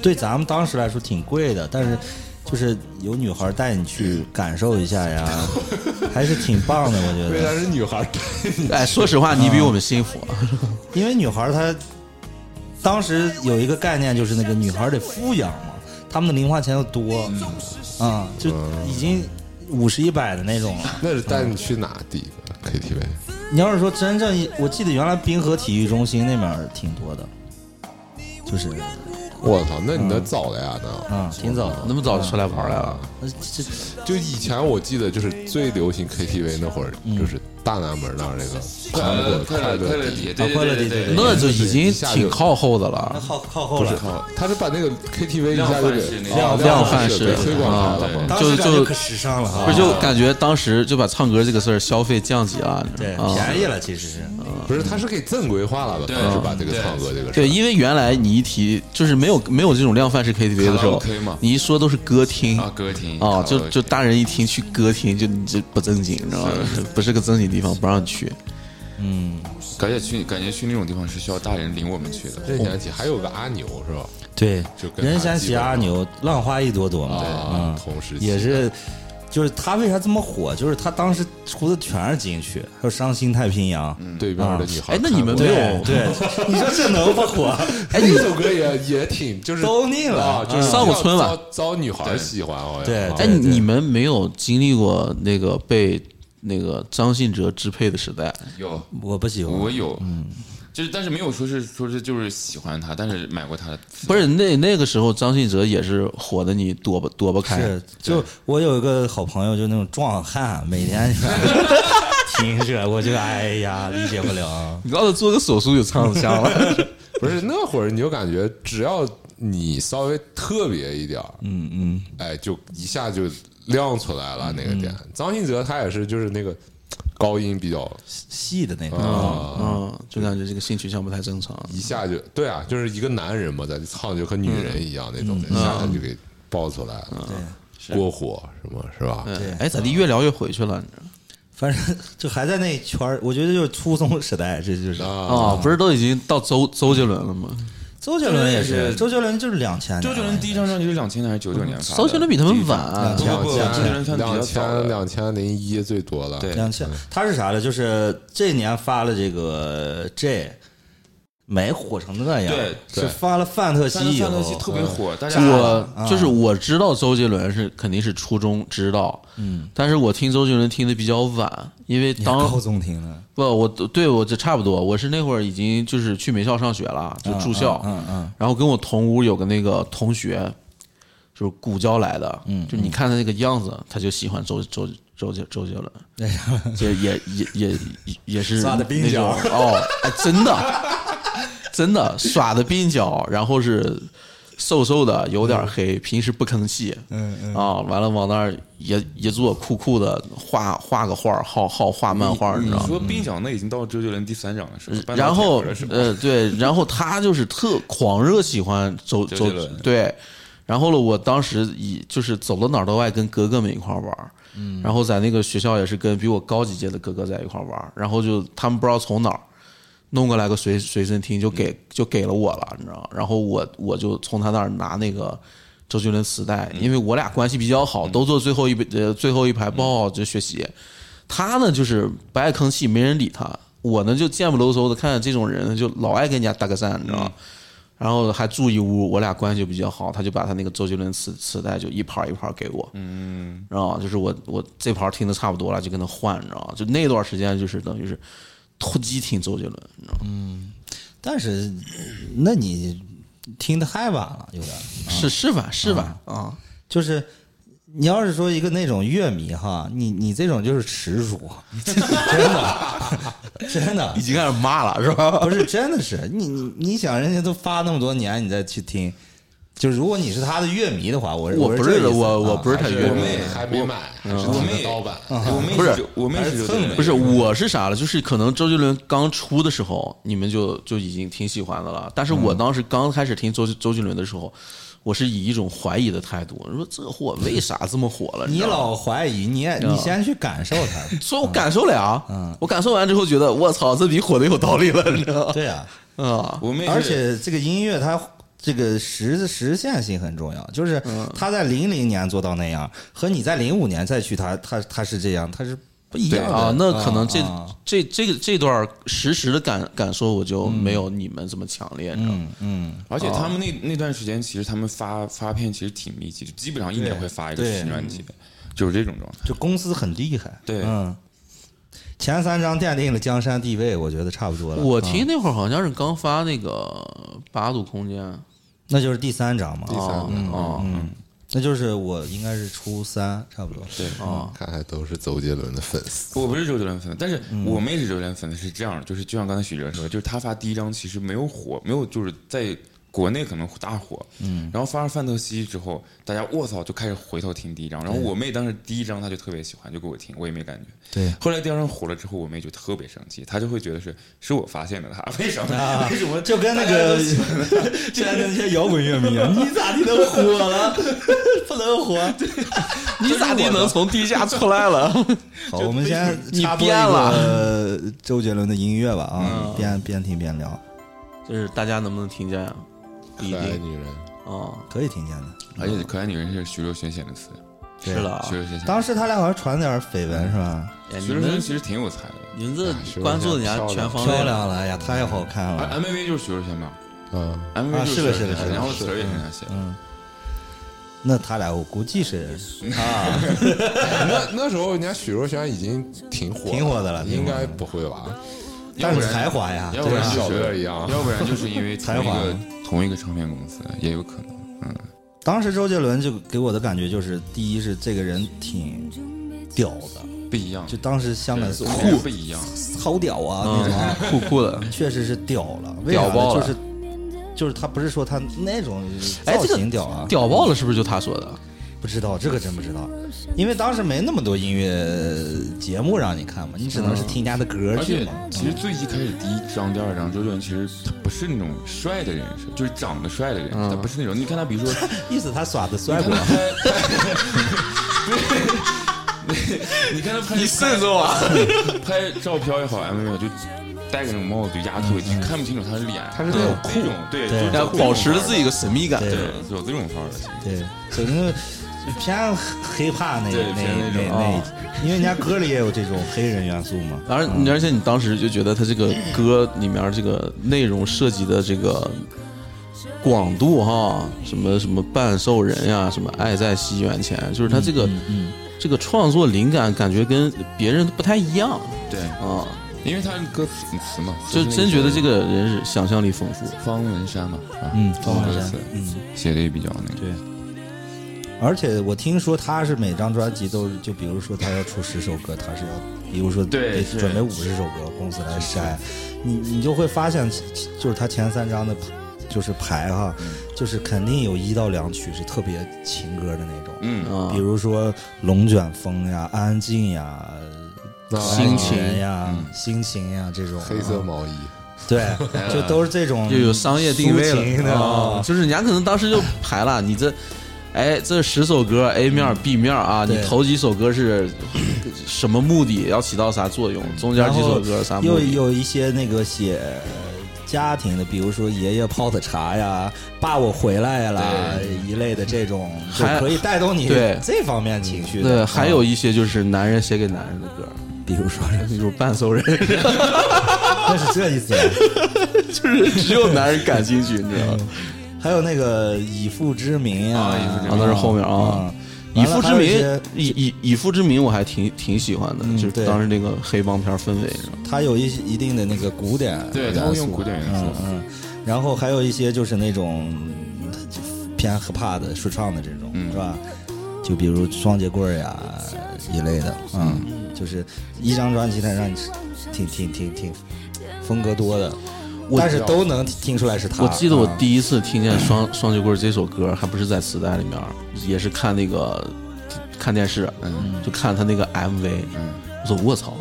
Speaker 4: 对咱们当时来说挺贵的，但是就是有女孩带你去感受一下呀，还是挺棒的，我觉
Speaker 5: 虽然
Speaker 4: 得。
Speaker 5: 是女孩儿，
Speaker 2: 哎，说实话，你比我们幸福。
Speaker 4: 因为女孩她当时有一个概念，就是那个女孩得富养嘛，她们的零花钱又多，啊，就已经五十一百的那种了。
Speaker 5: 那是带你去哪第一
Speaker 2: 嗯
Speaker 5: 个 KTV？
Speaker 4: 你要是说真正一，我记得原来滨河体育中心那边儿挺多的，就是
Speaker 5: 我操，那你那早了呀，
Speaker 2: 嗯
Speaker 5: 那
Speaker 4: 啊，挺早的。
Speaker 2: 那么早就出来玩来了，
Speaker 4: 那这这
Speaker 5: 就以前我记得就是最流行 KTV 那会儿，就是大南门那儿那个快乐
Speaker 3: 快乐快乐
Speaker 5: 迪，
Speaker 3: 迪，
Speaker 4: 啊
Speaker 3: 对
Speaker 4: 快乐
Speaker 3: 对对对
Speaker 4: 迪对对
Speaker 2: 嗯
Speaker 3: 对，
Speaker 2: 那就已经
Speaker 5: 一下就
Speaker 2: 挺靠后的
Speaker 4: 那
Speaker 2: 了。
Speaker 4: 靠靠后了，
Speaker 5: 啊他是把那个 KTV 一下就
Speaker 3: 量贩式
Speaker 5: 给
Speaker 3: 那
Speaker 5: 啊
Speaker 3: 种
Speaker 2: 量贩
Speaker 5: 式
Speaker 2: 式
Speaker 5: 给推广
Speaker 2: 啊
Speaker 5: 开了嘛。
Speaker 4: 当
Speaker 2: 就
Speaker 4: 时感觉
Speaker 2: 就
Speaker 4: 可时尚了啊，
Speaker 2: 不是就感觉当时就把唱歌这个事儿消费降级了，你知
Speaker 4: 对
Speaker 2: 道吗啊
Speaker 4: 便宜了，其实是
Speaker 5: 不是，他是给正规化了吧？
Speaker 3: 对
Speaker 5: 当时把这个唱歌这个事
Speaker 2: 对，
Speaker 5: 儿，
Speaker 2: 因为原来你一提就是没有没有这种量贩式 KTV 的时候
Speaker 3: 卡拉 OK 嘛，
Speaker 2: 你一说都是歌厅
Speaker 3: 啊歌
Speaker 2: 啊，
Speaker 3: 厅卡拉
Speaker 2: 就
Speaker 3: OK
Speaker 2: 就大人一听去歌厅就你这不正经，你知道吗？不是个正经地方，不让你去。
Speaker 3: 感觉去感觉去那种地方是需要大人领我们去的。
Speaker 5: 这年纪还有个阿牛是吧？
Speaker 4: 对
Speaker 5: 就，跟
Speaker 4: 人
Speaker 5: 他
Speaker 4: 山
Speaker 5: 基
Speaker 4: 喜
Speaker 5: 本
Speaker 4: 阿
Speaker 5: 上
Speaker 4: 牛，浪花一朵朵嘛，
Speaker 5: 啊
Speaker 4: 嗯，
Speaker 5: 同时期
Speaker 4: 也是，就是他为啥这么火？就是他当时出的全是金曲，还有《伤心太平洋》，
Speaker 5: 对面的女孩
Speaker 2: 哎
Speaker 5: 看过。
Speaker 2: 那你们没有
Speaker 4: 嗯 对，你说这能不 火？
Speaker 5: 哎，那首歌也也挺就是
Speaker 4: 都腻了
Speaker 5: 啊，就是
Speaker 2: 上过春晚
Speaker 5: 招招女孩喜欢，好像
Speaker 4: 对
Speaker 5: 啊
Speaker 2: 哎，你你们没有经历过那个被那个张信哲支配的时代？
Speaker 3: 有
Speaker 4: 我不喜欢，
Speaker 3: 我有，
Speaker 2: 嗯
Speaker 3: 就是但是没有说是说是就是喜欢他，但是买过他的
Speaker 2: 不是那那个时候张信哲也是火的，你躲不躲不开。
Speaker 4: 是，就我有一个好朋友，就那种壮汉，每天听着，我就哎呀，理解不了。
Speaker 2: 你告诉他做个手术就唱得响 了。
Speaker 5: 不是那会儿你就感觉只要你稍微特别一点，嗯嗯，哎，就一下就亮出来了那个点。张信哲他也是就是那个高音比较
Speaker 4: 细的那种，
Speaker 5: 啊。
Speaker 2: 嗯，就感觉这个性取向不太正常。
Speaker 5: 一下就对啊，就是一个男人嘛，在这唱就和女人一样那种，一下他就给爆出来了，
Speaker 4: 嗯
Speaker 5: 过火什么是吧？
Speaker 2: 对，哎，咋地？越聊越回去了，你知道吗？
Speaker 4: 反正就还在那圈儿。我觉得就是初中时代，这就是
Speaker 5: 啊，
Speaker 2: 哦，不是都已经到周周杰伦了吗？
Speaker 4: 周杰伦也
Speaker 3: 周杰伦也
Speaker 4: 是，
Speaker 3: 是
Speaker 4: 周杰伦就是两千年，
Speaker 3: 周杰伦第一张专辑是两千年还是九九年发的？
Speaker 2: 周杰伦比他们晚啊
Speaker 4: 嗯
Speaker 3: 不
Speaker 5: 两
Speaker 3: 不不，周杰伦
Speaker 5: 千
Speaker 3: 算比
Speaker 5: 两
Speaker 3: 较早
Speaker 5: 千
Speaker 3: 的。
Speaker 5: 两千零一最多了，
Speaker 3: 对
Speaker 4: 两千，他是啥呢？就是这年发了这个 J，没火成那样，
Speaker 3: 对
Speaker 4: 是
Speaker 5: 对
Speaker 4: 发了范特
Speaker 3: 三
Speaker 4: 西以
Speaker 3: 三
Speaker 2: 哦
Speaker 3: 西
Speaker 4: 后，
Speaker 3: 特别
Speaker 2: 嗯
Speaker 3: 火，大家
Speaker 2: 我就是我知道周杰伦是肯定是初中知道，嗯，但是我听周杰伦听的比较晚，因为
Speaker 4: 你
Speaker 2: 当
Speaker 4: 高中听的，
Speaker 2: 不我对我这差不多，我是那会儿已经就是去美校上学了，就住校，
Speaker 4: 嗯嗯嗯
Speaker 2: 然后跟我同屋有个那个同学，就是古交来的，嗯，就你看他那个样子，他就喜欢周周周杰周杰伦，
Speaker 4: 那啥
Speaker 2: 这也也也也也是
Speaker 4: 哎耍的鬓角
Speaker 2: 那种哦，哎，真的，真的耍的鬓角，然后是瘦瘦的，有
Speaker 4: 嗯
Speaker 2: 点黑，平时不吭气，嗯嗯啊，完了往那儿也也做酷酷的，画画个画，好好画漫画，你
Speaker 3: 你
Speaker 2: 知道吗？
Speaker 3: 说鬓角那已经到周杰伦第三张了，是吧？
Speaker 2: 嗯然后
Speaker 3: 半导体盒的时候
Speaker 2: 呃，对，然后他就是特狂热喜欢周
Speaker 3: 周
Speaker 2: 周
Speaker 3: 杰伦
Speaker 2: 对，然后了，我当时以就是走到哪儿都爱跟哥哥们一块儿玩儿，
Speaker 3: 嗯
Speaker 2: 然后在那个学校也是跟比我高几届的哥哥在一块儿玩儿，然后就他们不知道从哪儿弄过来个
Speaker 3: 嗯
Speaker 2: 随随身听，就给就给了我了，你知道吗？然后我我就从他那儿拿那个周杰伦磁带，
Speaker 3: 嗯
Speaker 2: 因为我俩关系比较好，都坐最后一呃最后一排，不好好
Speaker 3: 嗯
Speaker 2: 就学习。他呢就是不爱吭气，没人理他。我呢就贱不溜嗖的，看见这种人就老爱跟人家搭个讪，你知道吗？然后还住一屋，我俩关系就比较好，他就把他那个周杰伦磁磁带就一盘一盘给我，嗯，然后就是我我这盘听的差不多了，就跟他换，你知道吗？就那段时间就是等于是突击听周杰伦，你知道吗？
Speaker 4: 但是，那你听的太晚了，有点儿。
Speaker 2: 是是吧？是吧？啊，
Speaker 4: 就是你要是说一个那种乐迷哈，你你这种就是耻辱， 真的， 真的
Speaker 2: 已经开始骂了是吧？
Speaker 4: 不是真的是你你你想人家都发那么多年，你再去听，就如果你是他的乐迷的话，我
Speaker 2: 我
Speaker 4: 我
Speaker 2: 不
Speaker 4: 是
Speaker 2: 是
Speaker 4: 这个意思
Speaker 2: 我
Speaker 4: 啊
Speaker 2: 我不是他乐
Speaker 3: 我
Speaker 2: 迷
Speaker 3: 们，也
Speaker 5: 还没买，还是
Speaker 3: 我
Speaker 5: 听
Speaker 3: 妹
Speaker 5: 的盗版。
Speaker 3: 我妹
Speaker 2: 不是
Speaker 3: 就我妹是周杰伦，
Speaker 2: 不是，我是啥了？就是可能周杰伦刚出的时候，你们就就已经挺喜欢的了。但是
Speaker 4: 嗯
Speaker 2: 我当时刚开始听周周杰伦的时候，我是以一种怀疑的态度，我说这货为啥这么火了？
Speaker 4: 你
Speaker 2: 知道吗
Speaker 4: 老怀疑，你也你先去感受它。
Speaker 2: 所以我感受了呀，
Speaker 4: 嗯
Speaker 2: 我感受完之后觉得我操，这比火的有道理了，你知道吗？
Speaker 4: 对啊，
Speaker 2: 啊，
Speaker 3: 我妹是
Speaker 4: 而且这个音乐它这个实实现性很重要，就是
Speaker 2: 嗯
Speaker 4: 他在零零年做到那样，和你在零五年再去他他他是这样，他是不一
Speaker 2: 对
Speaker 4: 样的
Speaker 2: 啊，那可能这
Speaker 4: 啊
Speaker 2: 这这个这段实时的感感受，我
Speaker 4: 嗯
Speaker 2: 就没有你们这么强烈，你知道吗？
Speaker 3: 而
Speaker 4: 啊
Speaker 3: 且他们那那段时间，其实他们发发片其实挺密集，基本上一年会发一个
Speaker 4: 对
Speaker 3: 新专辑，就是这种状态。
Speaker 4: 就公司很厉害。
Speaker 3: 对
Speaker 4: 嗯，前三张奠定了江山地位，我觉得差不多了。
Speaker 2: 我
Speaker 4: 啊
Speaker 2: 听那会儿好像是刚发那个八度空间，
Speaker 4: 那就是第三张嘛，啊
Speaker 2: 啊啊
Speaker 4: 那就是我应该是初三，差不多。
Speaker 3: 对，
Speaker 2: 啊！
Speaker 5: 看来都是周杰伦的粉丝。
Speaker 3: 我不是周杰伦粉，但是
Speaker 4: 嗯
Speaker 3: 我妹是周杰伦粉，是这样的，就是就像刚才许哲说，就是他发第一张其实没有火，没有就是在国内可能大火，嗯，然后发了《范特西》之后，大家卧槽就开始回头听第一张，然后我妹当时第一张她就特别喜欢，就给我听，我也没感觉。
Speaker 4: 对
Speaker 3: 后来第二张火了之后，我妹就特别生气，她就会觉得是是我发现的她， 为什么？
Speaker 4: 啊
Speaker 3: 为什么
Speaker 4: 就跟那个 就跟那些摇滚乐迷一 样，你咋地能火了？不能火。
Speaker 2: 你咋地能从地下出来 了？
Speaker 4: 好，我们先
Speaker 2: 你
Speaker 4: 插播一
Speaker 2: 变了
Speaker 4: 个周杰伦的音乐吧啊，边边听边聊，
Speaker 2: 就是大家能不能听见？啊不一
Speaker 5: 可爱
Speaker 2: 定
Speaker 5: 女人，
Speaker 2: 啊，
Speaker 4: 可以听见的。
Speaker 3: 而且可爱女人是徐若瑄写的词，
Speaker 2: 是了啊
Speaker 3: 徐。若瑄写的。
Speaker 4: 当时他俩好像传点绯闻是吧？
Speaker 2: 哎你
Speaker 3: 徐若瑄
Speaker 2: 们
Speaker 3: 其实挺有才的，
Speaker 2: 你们这关注人家全方位
Speaker 4: 漂，亮了，哎呀，太好看了。
Speaker 3: 啊 MV 就是徐若瑄嘛
Speaker 5: 嗯，
Speaker 3: ，MV 就是
Speaker 4: 啊是的
Speaker 3: 徐若瑄
Speaker 4: 是的是的嗯
Speaker 3: 然后词儿也是她写的。
Speaker 4: 那他俩我估计是啊，
Speaker 5: 那那时候人家许若瑄已经挺火，
Speaker 4: 挺火的了
Speaker 5: 应该不会吧？ 啊
Speaker 4: 但是才华呀，
Speaker 3: 要
Speaker 4: 对
Speaker 3: 不
Speaker 4: 吧
Speaker 3: 然
Speaker 5: 小
Speaker 3: 就
Speaker 5: 有点
Speaker 3: 是
Speaker 5: 一样
Speaker 3: 要不然就是因为同一
Speaker 4: 才华
Speaker 3: 个同一个唱片公司也有可能，嗯，
Speaker 4: 当时周杰伦就给我的感觉就是，第一是这个人挺屌的，
Speaker 3: 不一样，
Speaker 4: 就当时香港
Speaker 3: 是
Speaker 4: 是
Speaker 3: 酷不一样，
Speaker 4: 好屌啊那种啊，
Speaker 2: 酷酷的。
Speaker 4: 确实是屌了，为
Speaker 2: 屌
Speaker 4: 啥
Speaker 2: 爆了
Speaker 4: 呢？就是就是他不是说他那种
Speaker 2: 哎，
Speaker 4: 造
Speaker 2: 这
Speaker 4: 型
Speaker 2: 个
Speaker 4: 屌啊，
Speaker 2: 屌爆了，是不是就他说的？
Speaker 4: 不知道这个真不知道，因为当时没那么多音乐节目让你看嘛，你只能是听人家的歌
Speaker 3: 而
Speaker 4: 去
Speaker 3: 且
Speaker 4: 嘛。
Speaker 3: 其实最一开始第一张、第二张，周杰伦其实他不是那种帅的人设，就是长得帅的人，他不是那种。你看他，比如说，
Speaker 4: 意思他耍的帅不
Speaker 3: 你看？他拍，你看他拍，你
Speaker 2: 慎重啊！
Speaker 3: 拍照片也好，MV 也好，就戴个那种帽子，就压头，就看不清楚他的脸。他是那种酷，对，就是
Speaker 2: 然后保持着自己一个神秘感。
Speaker 3: 对，有这种范儿的。其实
Speaker 4: 对，整个偏黑怕那
Speaker 3: 对
Speaker 4: 那
Speaker 3: 偏那种
Speaker 4: 那那，因为人家歌里也有这种黑人元素嘛。
Speaker 2: 当然，而且你当时就觉得他这个歌里面这个内容涉及的这个广度哈，什么什么半兽人呀，什么爱在西元前，就是他这个这个创作灵感感觉跟别人不太一样
Speaker 3: 对，
Speaker 2: 啊，
Speaker 3: 因为他是歌词词嘛，
Speaker 2: 就是
Speaker 3: 那
Speaker 2: 真觉得
Speaker 3: 个
Speaker 2: 这个人是想象力丰富。
Speaker 3: 方文山嘛，啊
Speaker 4: 嗯方文山嗯
Speaker 3: 歌词写的也比较那个。
Speaker 4: 而且我听说他是每张专辑都是，就比如说他要出十首歌，他是要，比如说
Speaker 3: 对
Speaker 4: 得
Speaker 3: 是
Speaker 4: 准备五十首歌，公司来筛，你你就会发现，其其就是他前三张的，就是排哈，
Speaker 3: 嗯
Speaker 4: 就是肯定有一到两曲是特别情歌的那种，
Speaker 3: 嗯，
Speaker 2: 啊
Speaker 4: 比如说《龙卷风》呀，《安静》呀，
Speaker 3: 啊
Speaker 4: 《
Speaker 2: 心情嗯
Speaker 4: 爱人呀，心情呀这种，
Speaker 5: 黑色毛衣，
Speaker 4: 对，就都是这种
Speaker 2: 又有商业定位
Speaker 4: 抒情
Speaker 2: 了
Speaker 4: 的
Speaker 2: 啊，就是人家可能当时就排 了你这，哎，这十首歌 A 面儿 B 面儿啊，你
Speaker 4: 嗯对
Speaker 2: 头几首歌是什么目的，要起到啥作用，中间
Speaker 4: 然
Speaker 2: 几
Speaker 4: 后
Speaker 2: 首歌啥目
Speaker 4: 又
Speaker 2: 的，
Speaker 4: 有一些那个写家庭的，比如说爷爷泡的茶呀，爸我回来呀啦一类的这种，就
Speaker 2: 还
Speaker 4: 可以带动你
Speaker 2: 对
Speaker 4: 这方面情绪的。
Speaker 2: 对，
Speaker 4: 嗯
Speaker 2: 还有一些就是男人写给男人的歌，
Speaker 4: 比如说，
Speaker 2: 就是半熟人，
Speaker 4: 那是这意思。
Speaker 2: 就是只有男人感兴趣，你知道吗？
Speaker 4: 嗯还有那个以父之名啊，以父
Speaker 2: 啊，那是后面啊。以父之名，以以以父之名，我还挺挺喜欢的，就是
Speaker 4: 嗯对
Speaker 2: 当时那个黑帮片氛围，是吧
Speaker 4: 它有一一定的那个古典元素，
Speaker 3: 对它会用古典元素
Speaker 4: 嗯嗯，然后还有一些就是那种嗯就偏 hiphop 的说唱的这种，
Speaker 3: 嗯
Speaker 4: 是吧？就比如双节棍儿呀一类的，嗯，就是一张专辑它让你挺挺挺挺风格多的，但是都能听出来是他。
Speaker 2: 我记得我
Speaker 4: 嗯
Speaker 2: 第一次听见双《双截棍》这首歌，还不是在磁带里面，也是看那个看电视，就看他那个 MV，、我说我操，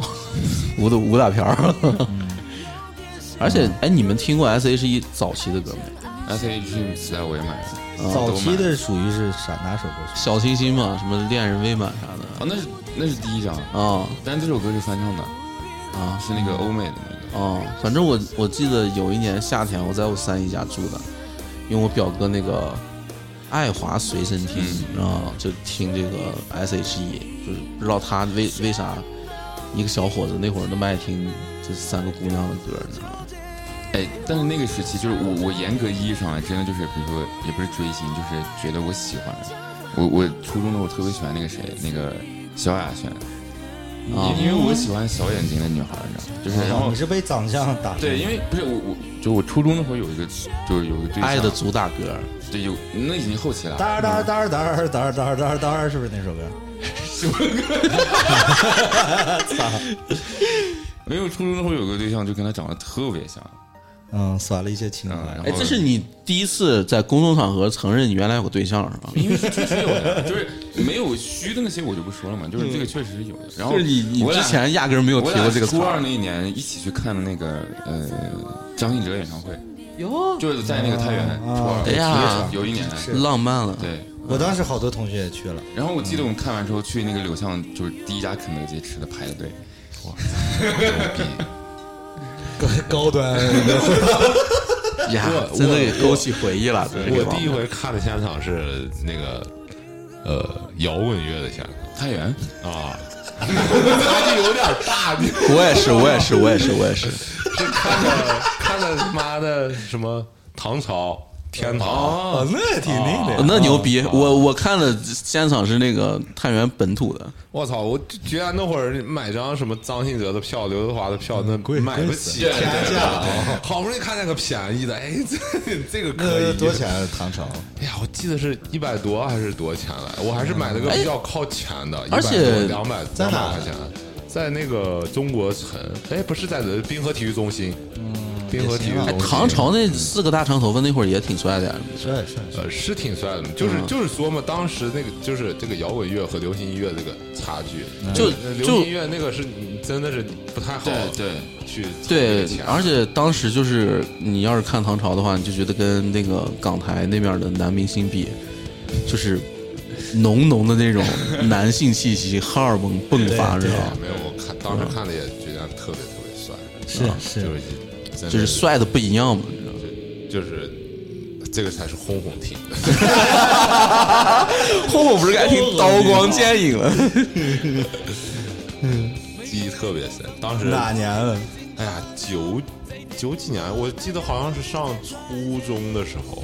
Speaker 2: 武打武打片儿。 而且，哎，你们听过 S.H.E 早期的歌没？
Speaker 3: S H E 磁带我也买了，啊
Speaker 4: 早
Speaker 3: 都买
Speaker 4: 期
Speaker 3: 了
Speaker 4: 的属于是啥哪首歌？
Speaker 2: 小清新嘛，什么恋人未满啥
Speaker 3: 啊
Speaker 2: 的，
Speaker 3: 那是那是第一张，
Speaker 2: 啊、
Speaker 3: 但这首歌是翻唱的，啊，是那个欧美的那个。
Speaker 2: 哦，反正我我记得有一年夏天我在我三姨家住的，因为我表哥那个爱华随身听，然后就听这个 S.H.E，就是不知道他为为啥一个小伙子那会儿那么爱听这三个姑娘的歌，你知道吗？
Speaker 3: 哎，但是那个时期，就是我我严格意义上来，真的就是，比如说也不是追星，就是觉得我喜欢。我我初中的我特别喜欢那个谁，那个萧亚轩，因、
Speaker 2: 啊
Speaker 3: 因为我喜欢小眼睛的女孩，你知道吗？就是然后
Speaker 4: 你是被长相打动
Speaker 3: 对，因为不是我我就我初中那会儿有一个就是有一个对象
Speaker 2: 爱的主打歌，
Speaker 3: 对有那已经后期了，
Speaker 4: 哒哒哒哒哒哒哒哒哒，是不是那首歌？
Speaker 3: 没有初中那会儿有个对象就跟他长得特别像，
Speaker 4: 嗯，耍了一些情怀
Speaker 3: 嗯，。然后
Speaker 2: 哎，这是你第一次在公众场合承认你原来有个对象是吧？
Speaker 3: 因为是确实有的，就是没有虚的那些我就不说了嘛，就是这个确实是有的。然后
Speaker 2: 就是你你
Speaker 3: 我俩
Speaker 2: 之前压根儿没有提
Speaker 3: 我俩
Speaker 2: 过这个词
Speaker 3: 初二
Speaker 2: 儿
Speaker 3: 那一年一起去看的那个呃张信哲演唱会，
Speaker 2: 哟，
Speaker 3: 就是在那个太原初二，
Speaker 2: 哎呀
Speaker 3: 有一年
Speaker 2: 浪漫了，
Speaker 3: 对。
Speaker 4: 我当时好多同学也去了，
Speaker 3: 然后我记得我们看完之后去那个柳巷，就是第一家肯德基吃的排队，
Speaker 4: 高 高 端
Speaker 2: 呀
Speaker 5: 我，
Speaker 2: 真的也
Speaker 5: 我
Speaker 2: 勾起回忆了。这
Speaker 5: 我
Speaker 2: 个
Speaker 5: 第一回看的现场是那个呃摇滚乐的现场
Speaker 3: 太原
Speaker 5: 啊， 还是有点大，你
Speaker 2: 我也是，我也是，我也是，我也是。
Speaker 5: 这看着看着他妈的什么唐朝天堂，
Speaker 4: 哦，那也挺那个呀。
Speaker 2: 那牛逼！我我看了现场是那个太原本土的，
Speaker 5: 我操！我就居然那会儿买张什么张信哲的票、刘德华的票，那
Speaker 4: 贵
Speaker 5: 买不
Speaker 4: 贵
Speaker 5: 起，
Speaker 4: 死了天价啊
Speaker 5: 对 好不容易看见个便宜的，哎， 这这个可
Speaker 4: 那
Speaker 5: 以
Speaker 4: 多少钱？啊？唐朝？
Speaker 5: 哎呀，我记得是一百多还是多钱来？我还是买了个比较靠前的，
Speaker 2: 哎而且
Speaker 5: 两百
Speaker 4: 在
Speaker 5: 两
Speaker 4: 哪啊
Speaker 5: 百块钱，在那个中国城，哎，不是在这滨河体育中心，滨河体
Speaker 4: 也
Speaker 5: 育
Speaker 4: 行啊
Speaker 2: 哎，
Speaker 5: 中心。
Speaker 2: 唐朝那四个大长头发那会儿也挺帅的呀。
Speaker 4: 帅帅帅！
Speaker 5: 呃是挺帅的，就是就是说嘛，当时那个就是这个摇滚乐和流行音乐这个差距，
Speaker 2: 就
Speaker 5: 呃流
Speaker 2: 就
Speaker 5: 行音乐那个是你真的是不太好
Speaker 3: 对对
Speaker 5: 去
Speaker 2: 对，而
Speaker 5: 且
Speaker 2: 且当时就是你要是看唐朝的话，你就觉得跟那个港台那边的男明星比，就是浓浓的那 种男性气息，荷尔蒙迸发，知道吗？
Speaker 5: 没有我看当时看的也觉得特别特别帅，
Speaker 4: 是
Speaker 5: 啊
Speaker 4: 是
Speaker 5: 就是真的
Speaker 2: 就是帅的不一样嘛，你知道吗？
Speaker 5: 就是这个才是轰轰听，
Speaker 2: 后 我不是该听《刀光剑影》了？
Speaker 5: 记忆特别深。当时
Speaker 4: 哪年了？
Speaker 5: 哎呀，九九几年，我记得好像是上初中的时候，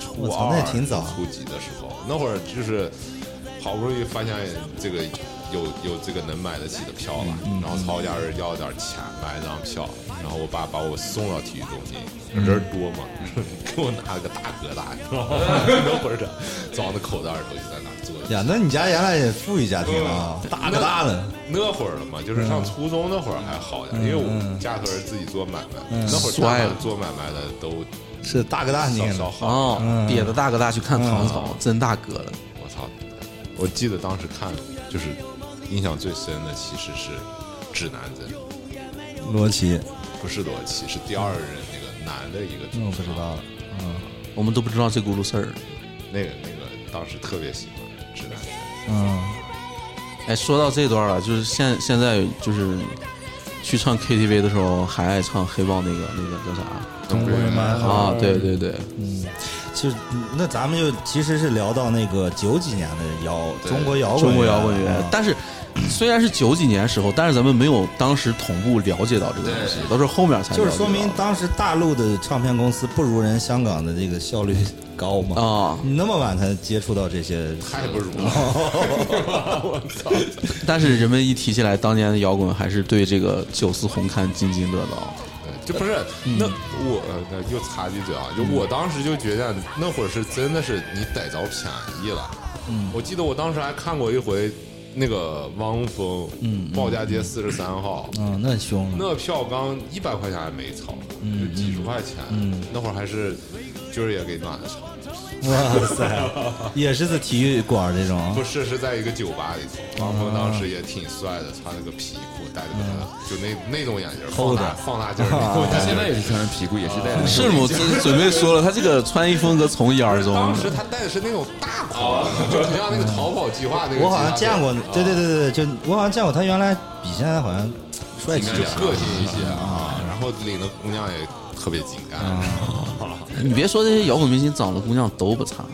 Speaker 5: 初
Speaker 4: 我操
Speaker 5: 二
Speaker 4: 那也挺早
Speaker 5: 初几的时候，那会儿就是好不容易发现这个有有这个能买得起的票了，
Speaker 4: 嗯
Speaker 5: 然后操家人要点钱买一张票，然后我爸把我送到体育中心，
Speaker 4: 嗯
Speaker 5: 人多嘛， 给我拿了个大哥大，你知道吗？ 那会儿的装在口袋里头就在那儿坐着。
Speaker 4: 呀，那你家原来也富裕家庭啊，大哥大的，嗯
Speaker 5: 那会儿了嘛，就是上初中那会儿还好点儿，因为我们家头是自己做买卖，那会儿大
Speaker 2: 帅
Speaker 5: 家
Speaker 2: 了
Speaker 5: 做买卖的都
Speaker 4: 是大哥大你
Speaker 5: 稍
Speaker 4: 看
Speaker 5: 稍好。
Speaker 2: 哦，瘪的大哥大去看唐朝，真大哥了。
Speaker 5: 我操！我记得当时看，就是印象最深的其实是指南针，
Speaker 4: 罗琦，
Speaker 5: 不是罗琦，是第二任那个男的一个主
Speaker 4: 那嗯我
Speaker 5: 唱，
Speaker 4: 不知道了。
Speaker 2: 我们都不知道这轱辘事儿。
Speaker 5: 那个那个当时特别喜欢指南针，
Speaker 4: 嗯，
Speaker 2: 哎，说到这段了，就是现现在就是去唱 KTV 的时候还爱唱黑豹那个那个叫啥
Speaker 4: 中国人蛮好。
Speaker 2: 啊？
Speaker 4: 嗯
Speaker 2: 对对对，
Speaker 4: 就那咱们就其实是聊到那个九几年的摇中国摇滚乐
Speaker 2: 中国摇滚乐
Speaker 4: 啊。
Speaker 2: 但是虽然是九几年时候，但是咱们没有当时同步了解到这个东西，都是后面才了解
Speaker 4: 就
Speaker 2: 到
Speaker 4: 是说明当时大陆的唱片公司不如人香港的这个效率高嘛。
Speaker 2: 啊
Speaker 4: 你那么晚才接触到这些，
Speaker 5: 太不如了，
Speaker 2: 但是人们一提起来当年的摇滚，还是对这个九四红勘津津乐道。
Speaker 5: 就不是那我呃又插一嘴啊，就我当时就觉得那会儿是真的是你逮着便宜了。嗯，我记得我当时还看过一回那个汪峰，嗯，鲍家街四十三号，
Speaker 4: 嗯，那凶了。
Speaker 5: 那票刚一百块钱还没炒，就几十块钱，那会儿还是今儿也给暖炒，
Speaker 4: 哇塞，也是在体育馆这种。
Speaker 5: 不是是在一个酒吧里头，汪峰当时也挺帅的，穿了个皮裤，戴了个就那那种眼镜，放大放大镜儿那种
Speaker 3: 他现 在也是穿着皮裤，也是戴着。
Speaker 2: 是我准备说了，他这个穿衣风格从一而终。
Speaker 5: 当时他戴的是那种大袍，就很像那个逃跑计划那个。
Speaker 4: 我好像见过，对对，对对，就我好像见过他原来比现在好像帅气
Speaker 5: 就
Speaker 4: 点儿
Speaker 5: 个性一些啊，然后领的姑娘也特别精干。
Speaker 4: 嗯
Speaker 2: 你别说这些摇滚明星长得姑娘都不差，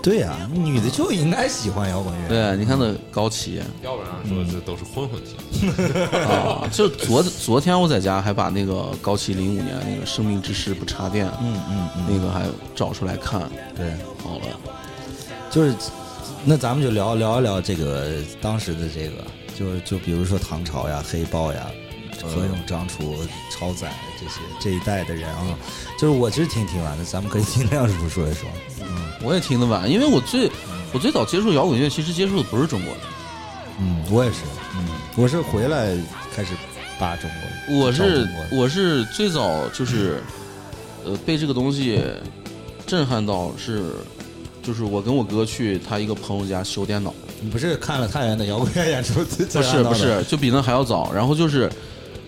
Speaker 4: 对呀、女的就应该喜欢摇滚乐。
Speaker 2: 对，你看那高旗
Speaker 5: 要不然说这都是混混型，
Speaker 2: 啊， 就昨昨天我在家还把那个高旗零五年那个《生命之诗不插电》，嗯嗯嗯，那个还找出来看，
Speaker 4: 对，
Speaker 2: 好了，
Speaker 4: 就是那咱们就聊聊一聊这个当时的这个，就是就比如说唐朝呀、黑豹呀、何勇、张楚、超载这些这一代的人啊，就是我其实挺挺完的，咱们可以尽量不说一说。
Speaker 2: 我也听得晚，因为我最我最早接触摇滚乐，其实接触的不是中国的，
Speaker 4: 嗯，我也是，嗯，我是回来开始扒中国，
Speaker 2: 我
Speaker 4: 找
Speaker 2: 是
Speaker 4: 中国
Speaker 2: 我是最早就是，呃，被这个东西震撼到是，就是我跟我哥去他一个朋友家修电脑，
Speaker 4: 你不是看了太原的摇滚乐演出？
Speaker 2: 不
Speaker 4: 不
Speaker 2: 是不是，就比那还要早。然后就是，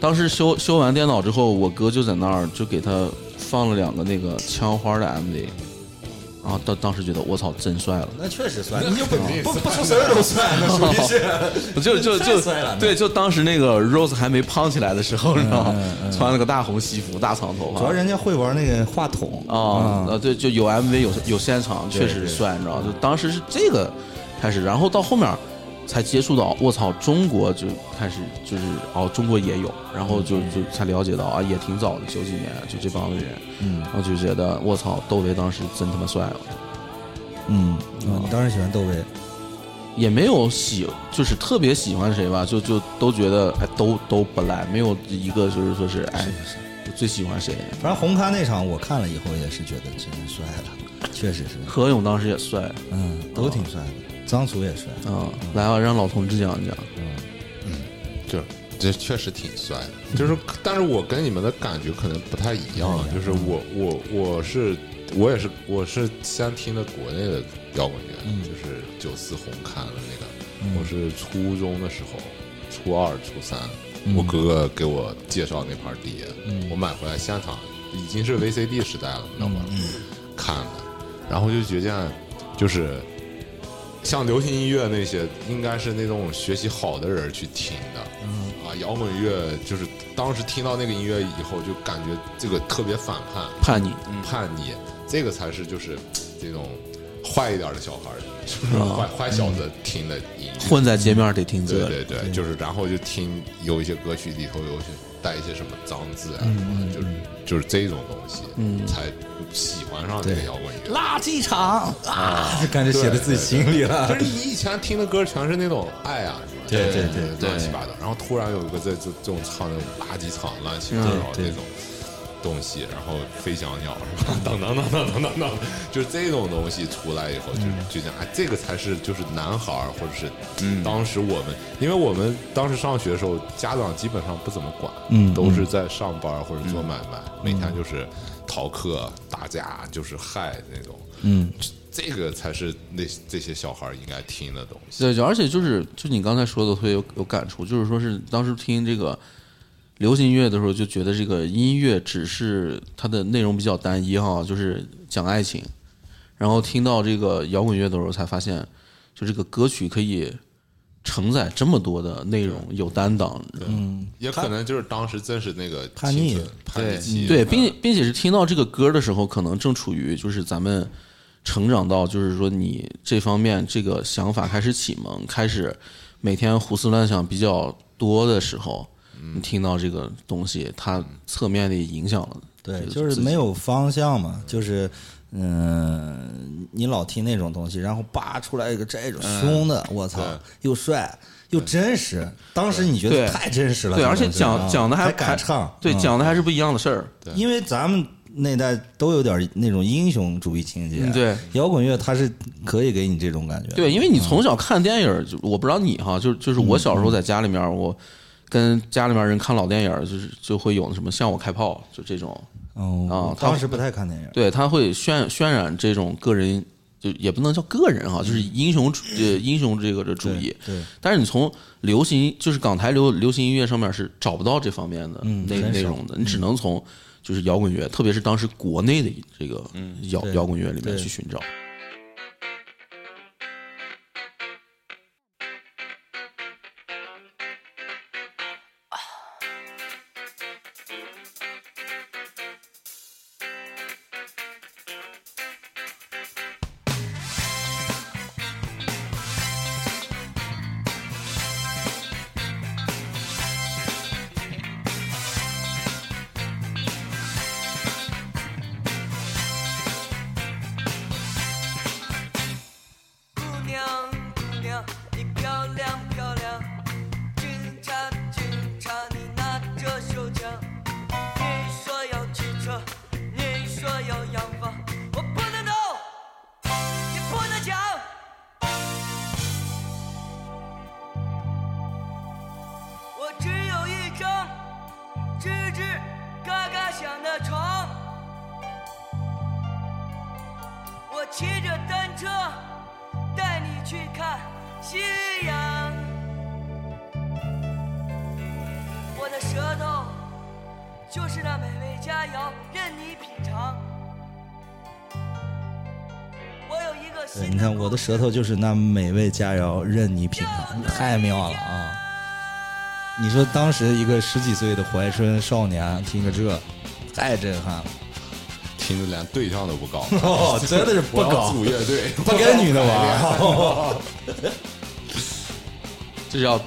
Speaker 2: 当时修修完电脑之后，我哥就在那儿就给他放了两个那个枪花的 MV，然后当当时觉得我操真帅了，
Speaker 4: 那确实算，你就不不不出声儿都算，那属于是。
Speaker 2: 就就就
Speaker 4: 太帅了嗯
Speaker 2: 对，就当时那个 Rose 还没胖起来的时候，你知道吗？穿了个大红西服，大长头发，
Speaker 4: 主要人家会玩那个话筒
Speaker 2: 啊，呃，对，就有 MV 有有现场，确实
Speaker 4: 嗯对
Speaker 2: 帅，你知道，就当时是这个开始，然后到后面才接触到，我操，中国就开始就是哦，中国也有，然后就就才了解到啊，也挺早的，九几年就这帮子人，嗯，然后就觉得我操，窦唯当时真他妈帅了，
Speaker 4: 嗯，啊你当时喜欢窦唯，
Speaker 2: 也没有喜就是特别喜欢谁吧，就就都觉得哎都都不赖，没有一个就是说是哎最喜欢谁，
Speaker 4: 反正红勘那场我看了以后也是觉得真是帅了，确实是，
Speaker 2: 何勇当时也帅啊、
Speaker 4: 嗯，都挺帅
Speaker 2: 哦
Speaker 4: 的，张楚也帅，
Speaker 2: 来吧，让老同志讲一讲。
Speaker 5: 就是这确实挺帅的，就是，但是我跟你们的感觉可能不太一样啊，就是我我我是我也是我是先听的国内的摇滚乐，就是九四红看的那个，我是初中的时候，初二初三，我哥哥给我介绍那盘碟，我买回来现场已经是 VCD 时代了，你知道吗？看的，然后就觉得就是。像流行音乐那些，应该是那种学习好的人去听的。啊，摇滚乐就是当时听到那个音乐以后，就感觉这个特别反叛、
Speaker 2: 叛逆，
Speaker 5: 叛逆，这个才是就是这种坏一点的小孩儿，就是坏坏小子听的音乐。
Speaker 2: 混在街面得听
Speaker 5: 对
Speaker 2: 责
Speaker 5: 对对，就是然后就听有一些歌曲里头有些带一些什么脏字啊什么
Speaker 4: 嗯
Speaker 5: 的，就是就是这种东西，才喜欢上这个摇滚乐。
Speaker 4: 垃圾场啊，就感觉写在自己心里了
Speaker 5: 就。是你以前听的歌全是那种爱啊什么的，对
Speaker 4: 对对
Speaker 5: 对，乱七八糟。然后突然有一个这这这种唱那种垃圾场、乱七
Speaker 4: 嗯
Speaker 5: 八糟那种东西，然后飞翔鸟什么， 等等等等等等等，就是这种东西出来以后，就就讲哎，这个才是就是男孩儿，或者是当时我们，因为我们当时上学的时候，家长基本上不怎么管，嗯，都是在上班或者做买卖，每天就是逃课、打架，就是害那种，嗯。这个才是那这些小孩儿应该听的东西。
Speaker 2: 对，而且就是就你刚才说的特别有有感触，就是说是当时听这个流行音乐的时候，就觉得这个音乐只是它的内容比较单一哈，就是讲爱情。然后听到这个摇滚乐的时候，才发现就这个歌曲可以承载这么多的内容，有担当。
Speaker 5: 嗯，也可能就是当时真是那个
Speaker 4: 叛逆
Speaker 5: 青春叛逆期，啊
Speaker 2: 对，并且并且是听到这个歌的时候，可能正处于就是咱们成长到就是说你这方面这个想法开始启蒙，开始每天胡思乱想比较多的时候，你听到这个东西，它侧面的影响了这个自
Speaker 4: 对，
Speaker 2: 己。
Speaker 4: 就是没有方向嘛，就是嗯、你老听那种东西，然后叭出来一个这种
Speaker 2: 嗯
Speaker 4: 凶的，我操，又帅又真实，当时你觉
Speaker 2: 对
Speaker 4: 得太真实了，
Speaker 2: 对，
Speaker 4: 这
Speaker 2: 而
Speaker 4: 种
Speaker 2: 且
Speaker 4: 东西
Speaker 2: 讲
Speaker 4: 啊
Speaker 2: 讲的
Speaker 4: 还
Speaker 2: 还
Speaker 4: 敢唱，
Speaker 2: 对，
Speaker 4: 嗯
Speaker 2: 讲的还是不一样的事儿。
Speaker 4: 因为咱们那代都有点那种英雄主义情节，
Speaker 2: 嗯对，
Speaker 4: 摇滚乐它是可以给你这种感觉，
Speaker 2: 对，因为你从小看电影儿，就我不知道你哈，就就是我小时候在家里面儿，我跟家里面儿人看老电影儿，就是就会有那什么向我开炮，就这种，
Speaker 4: 哦，
Speaker 2: 啊
Speaker 4: 我
Speaker 2: 他
Speaker 4: 当时不太看电影，
Speaker 2: 对他会渲渲染这种个人，就也不能叫个人哈，就是英雄主呃英雄这个这主义。
Speaker 4: 嗯对对
Speaker 2: 但是你从流行就是港台流流行音乐上面是找不到这方面的
Speaker 4: 嗯
Speaker 2: 内
Speaker 4: 很少
Speaker 2: 内容的，你只能从就是摇滚乐，特别是当时国内的这个摇
Speaker 4: 对
Speaker 2: 摇滚乐里面
Speaker 4: 对
Speaker 2: 去寻找。
Speaker 7: 姑娘，姑娘，你漂亮漂亮，警察警察，你拿着手枪，你说要骑车，你说要洋房，我不能动，也不能讲。我只有一张吱吱嘎嘎响的床，我骑着单车。带你去看夕阳。我的舌头就是那美味佳肴，任你品尝。我有一个
Speaker 4: 对，
Speaker 7: 新
Speaker 4: 哎你看我的舌头就是那美味佳肴，任你品尝，
Speaker 7: 尝
Speaker 4: 太妙了啊！你说当时一个十几岁的怀春少年听个这，太震撼了！
Speaker 5: 听着连对象都不搞，
Speaker 4: 哦，真的是不
Speaker 5: 我要
Speaker 4: 搞，
Speaker 5: 组乐队，
Speaker 4: 不跟女的玩。
Speaker 2: 这叫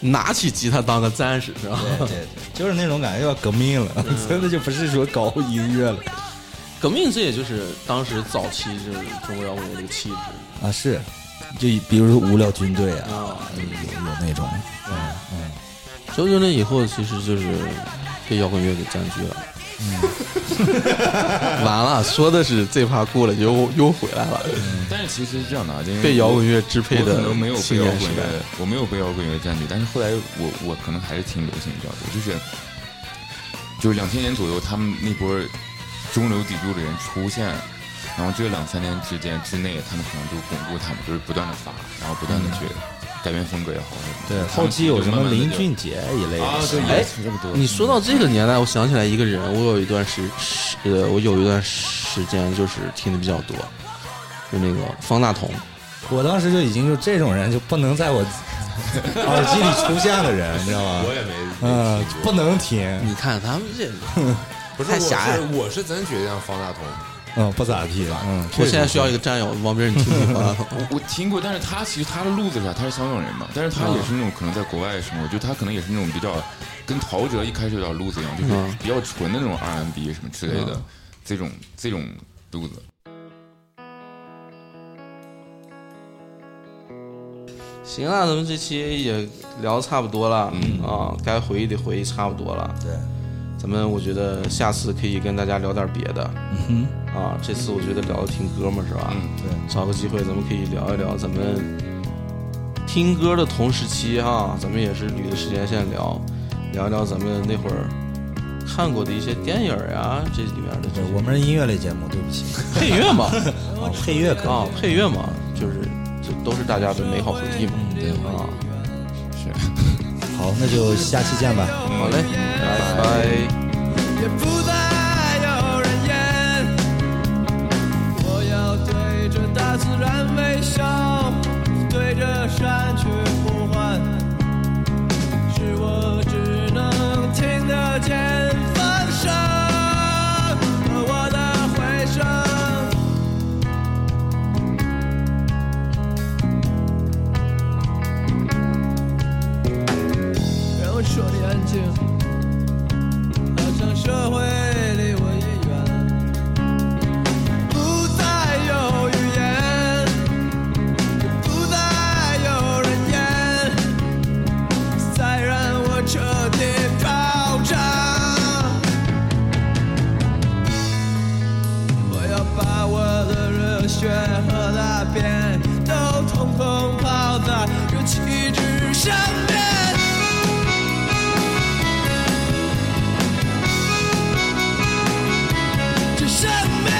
Speaker 2: 拿起吉他当个战士是吧？
Speaker 4: 对对 对，就是那种感觉要革命了，真的就不是说搞音乐了
Speaker 2: 革命这也就是当时早期就是中国摇滚乐的一个气质。
Speaker 4: 啊！是，就比如说无聊军队啊，有有那种，
Speaker 2: 周杰伦以后其实就是被摇滚乐给占据了。嗯 完了，说的是这趴过了，又又回来了，
Speaker 3: 但是其实是这样的啊，因为
Speaker 2: 被摇滚乐支配
Speaker 3: 我可
Speaker 2: 的
Speaker 3: 能没有被
Speaker 2: 青
Speaker 3: 摇
Speaker 2: 年
Speaker 3: 滚
Speaker 2: 时代。
Speaker 3: 乐，我没有被摇滚乐占据，但是后来我我可能还是听流行比较多，就是就是两千年左右，他们那波中流砥柱的人出现，然后这两三年之间之内，他们可能就巩固他们，就是不断的发，然后不断的去改变风格也好，
Speaker 4: 嗯对，后期有什么林俊杰一类的
Speaker 3: 啊，对，
Speaker 2: 哎
Speaker 3: 也差不多。
Speaker 2: 你说到这个年代，我想起来一个人，我有一段 时时呃，我有一段时间就是听的比较多，就那个方大同。
Speaker 4: 我当时就已经就这种人就不 能在我耳机里出现的人，你知道吗
Speaker 5: 我？也没
Speaker 4: 嗯，不能停，
Speaker 2: 你看他们这，
Speaker 5: 不是
Speaker 2: 太狭隘
Speaker 5: 我是我是真觉得像方大同，
Speaker 4: 嗯，不咋地了，嗯，
Speaker 2: 我现在需要一个战友，王斌，你听听方大同。
Speaker 3: 我听过，但是他其实他的路子是啥？他是香港人嘛，但是他也是那种可能在国外生活，就他可能也是那种比较跟陶喆一开始有点路子一样，就是比较纯的那种 R&B 什么之类的，这种这种路子。
Speaker 2: 行啊，咱们这期也聊得差不多了，啊，该回忆的回忆差不多了。
Speaker 4: 嗯对，
Speaker 2: 咱们我觉得下次可以跟大家聊点别的，
Speaker 4: 嗯
Speaker 2: 啊，这次我觉得聊的挺哥们儿是吧？
Speaker 3: 嗯
Speaker 4: 对，
Speaker 2: 找个机会咱们可以聊一聊咱们听歌的同时期哈、咱们也是捋着时间线聊，聊一聊咱们那会儿看过的一些电影呀、这里面的这
Speaker 4: 对，我们是音乐类节目，对 不起，
Speaker 2: 配乐嘛，
Speaker 4: 啊，配乐可
Speaker 2: 啊
Speaker 4: 以，，
Speaker 2: 配乐嘛，就是这都是大家的美好回忆嘛，
Speaker 4: 嗯
Speaker 2: 对啊，
Speaker 4: 好，那就下期见吧。
Speaker 2: 好嘞，拜拜
Speaker 6: 也不再有人烟。我要对着大自然微笑，对着山去呼唤。
Speaker 8: 那热气之上面。这上面，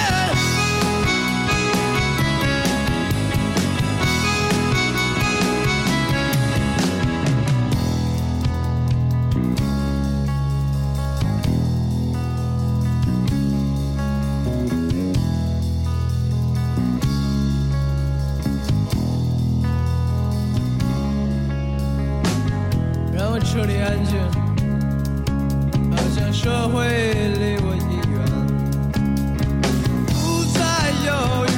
Speaker 8: 让我撤离安全，好像社会离我已远，不再有。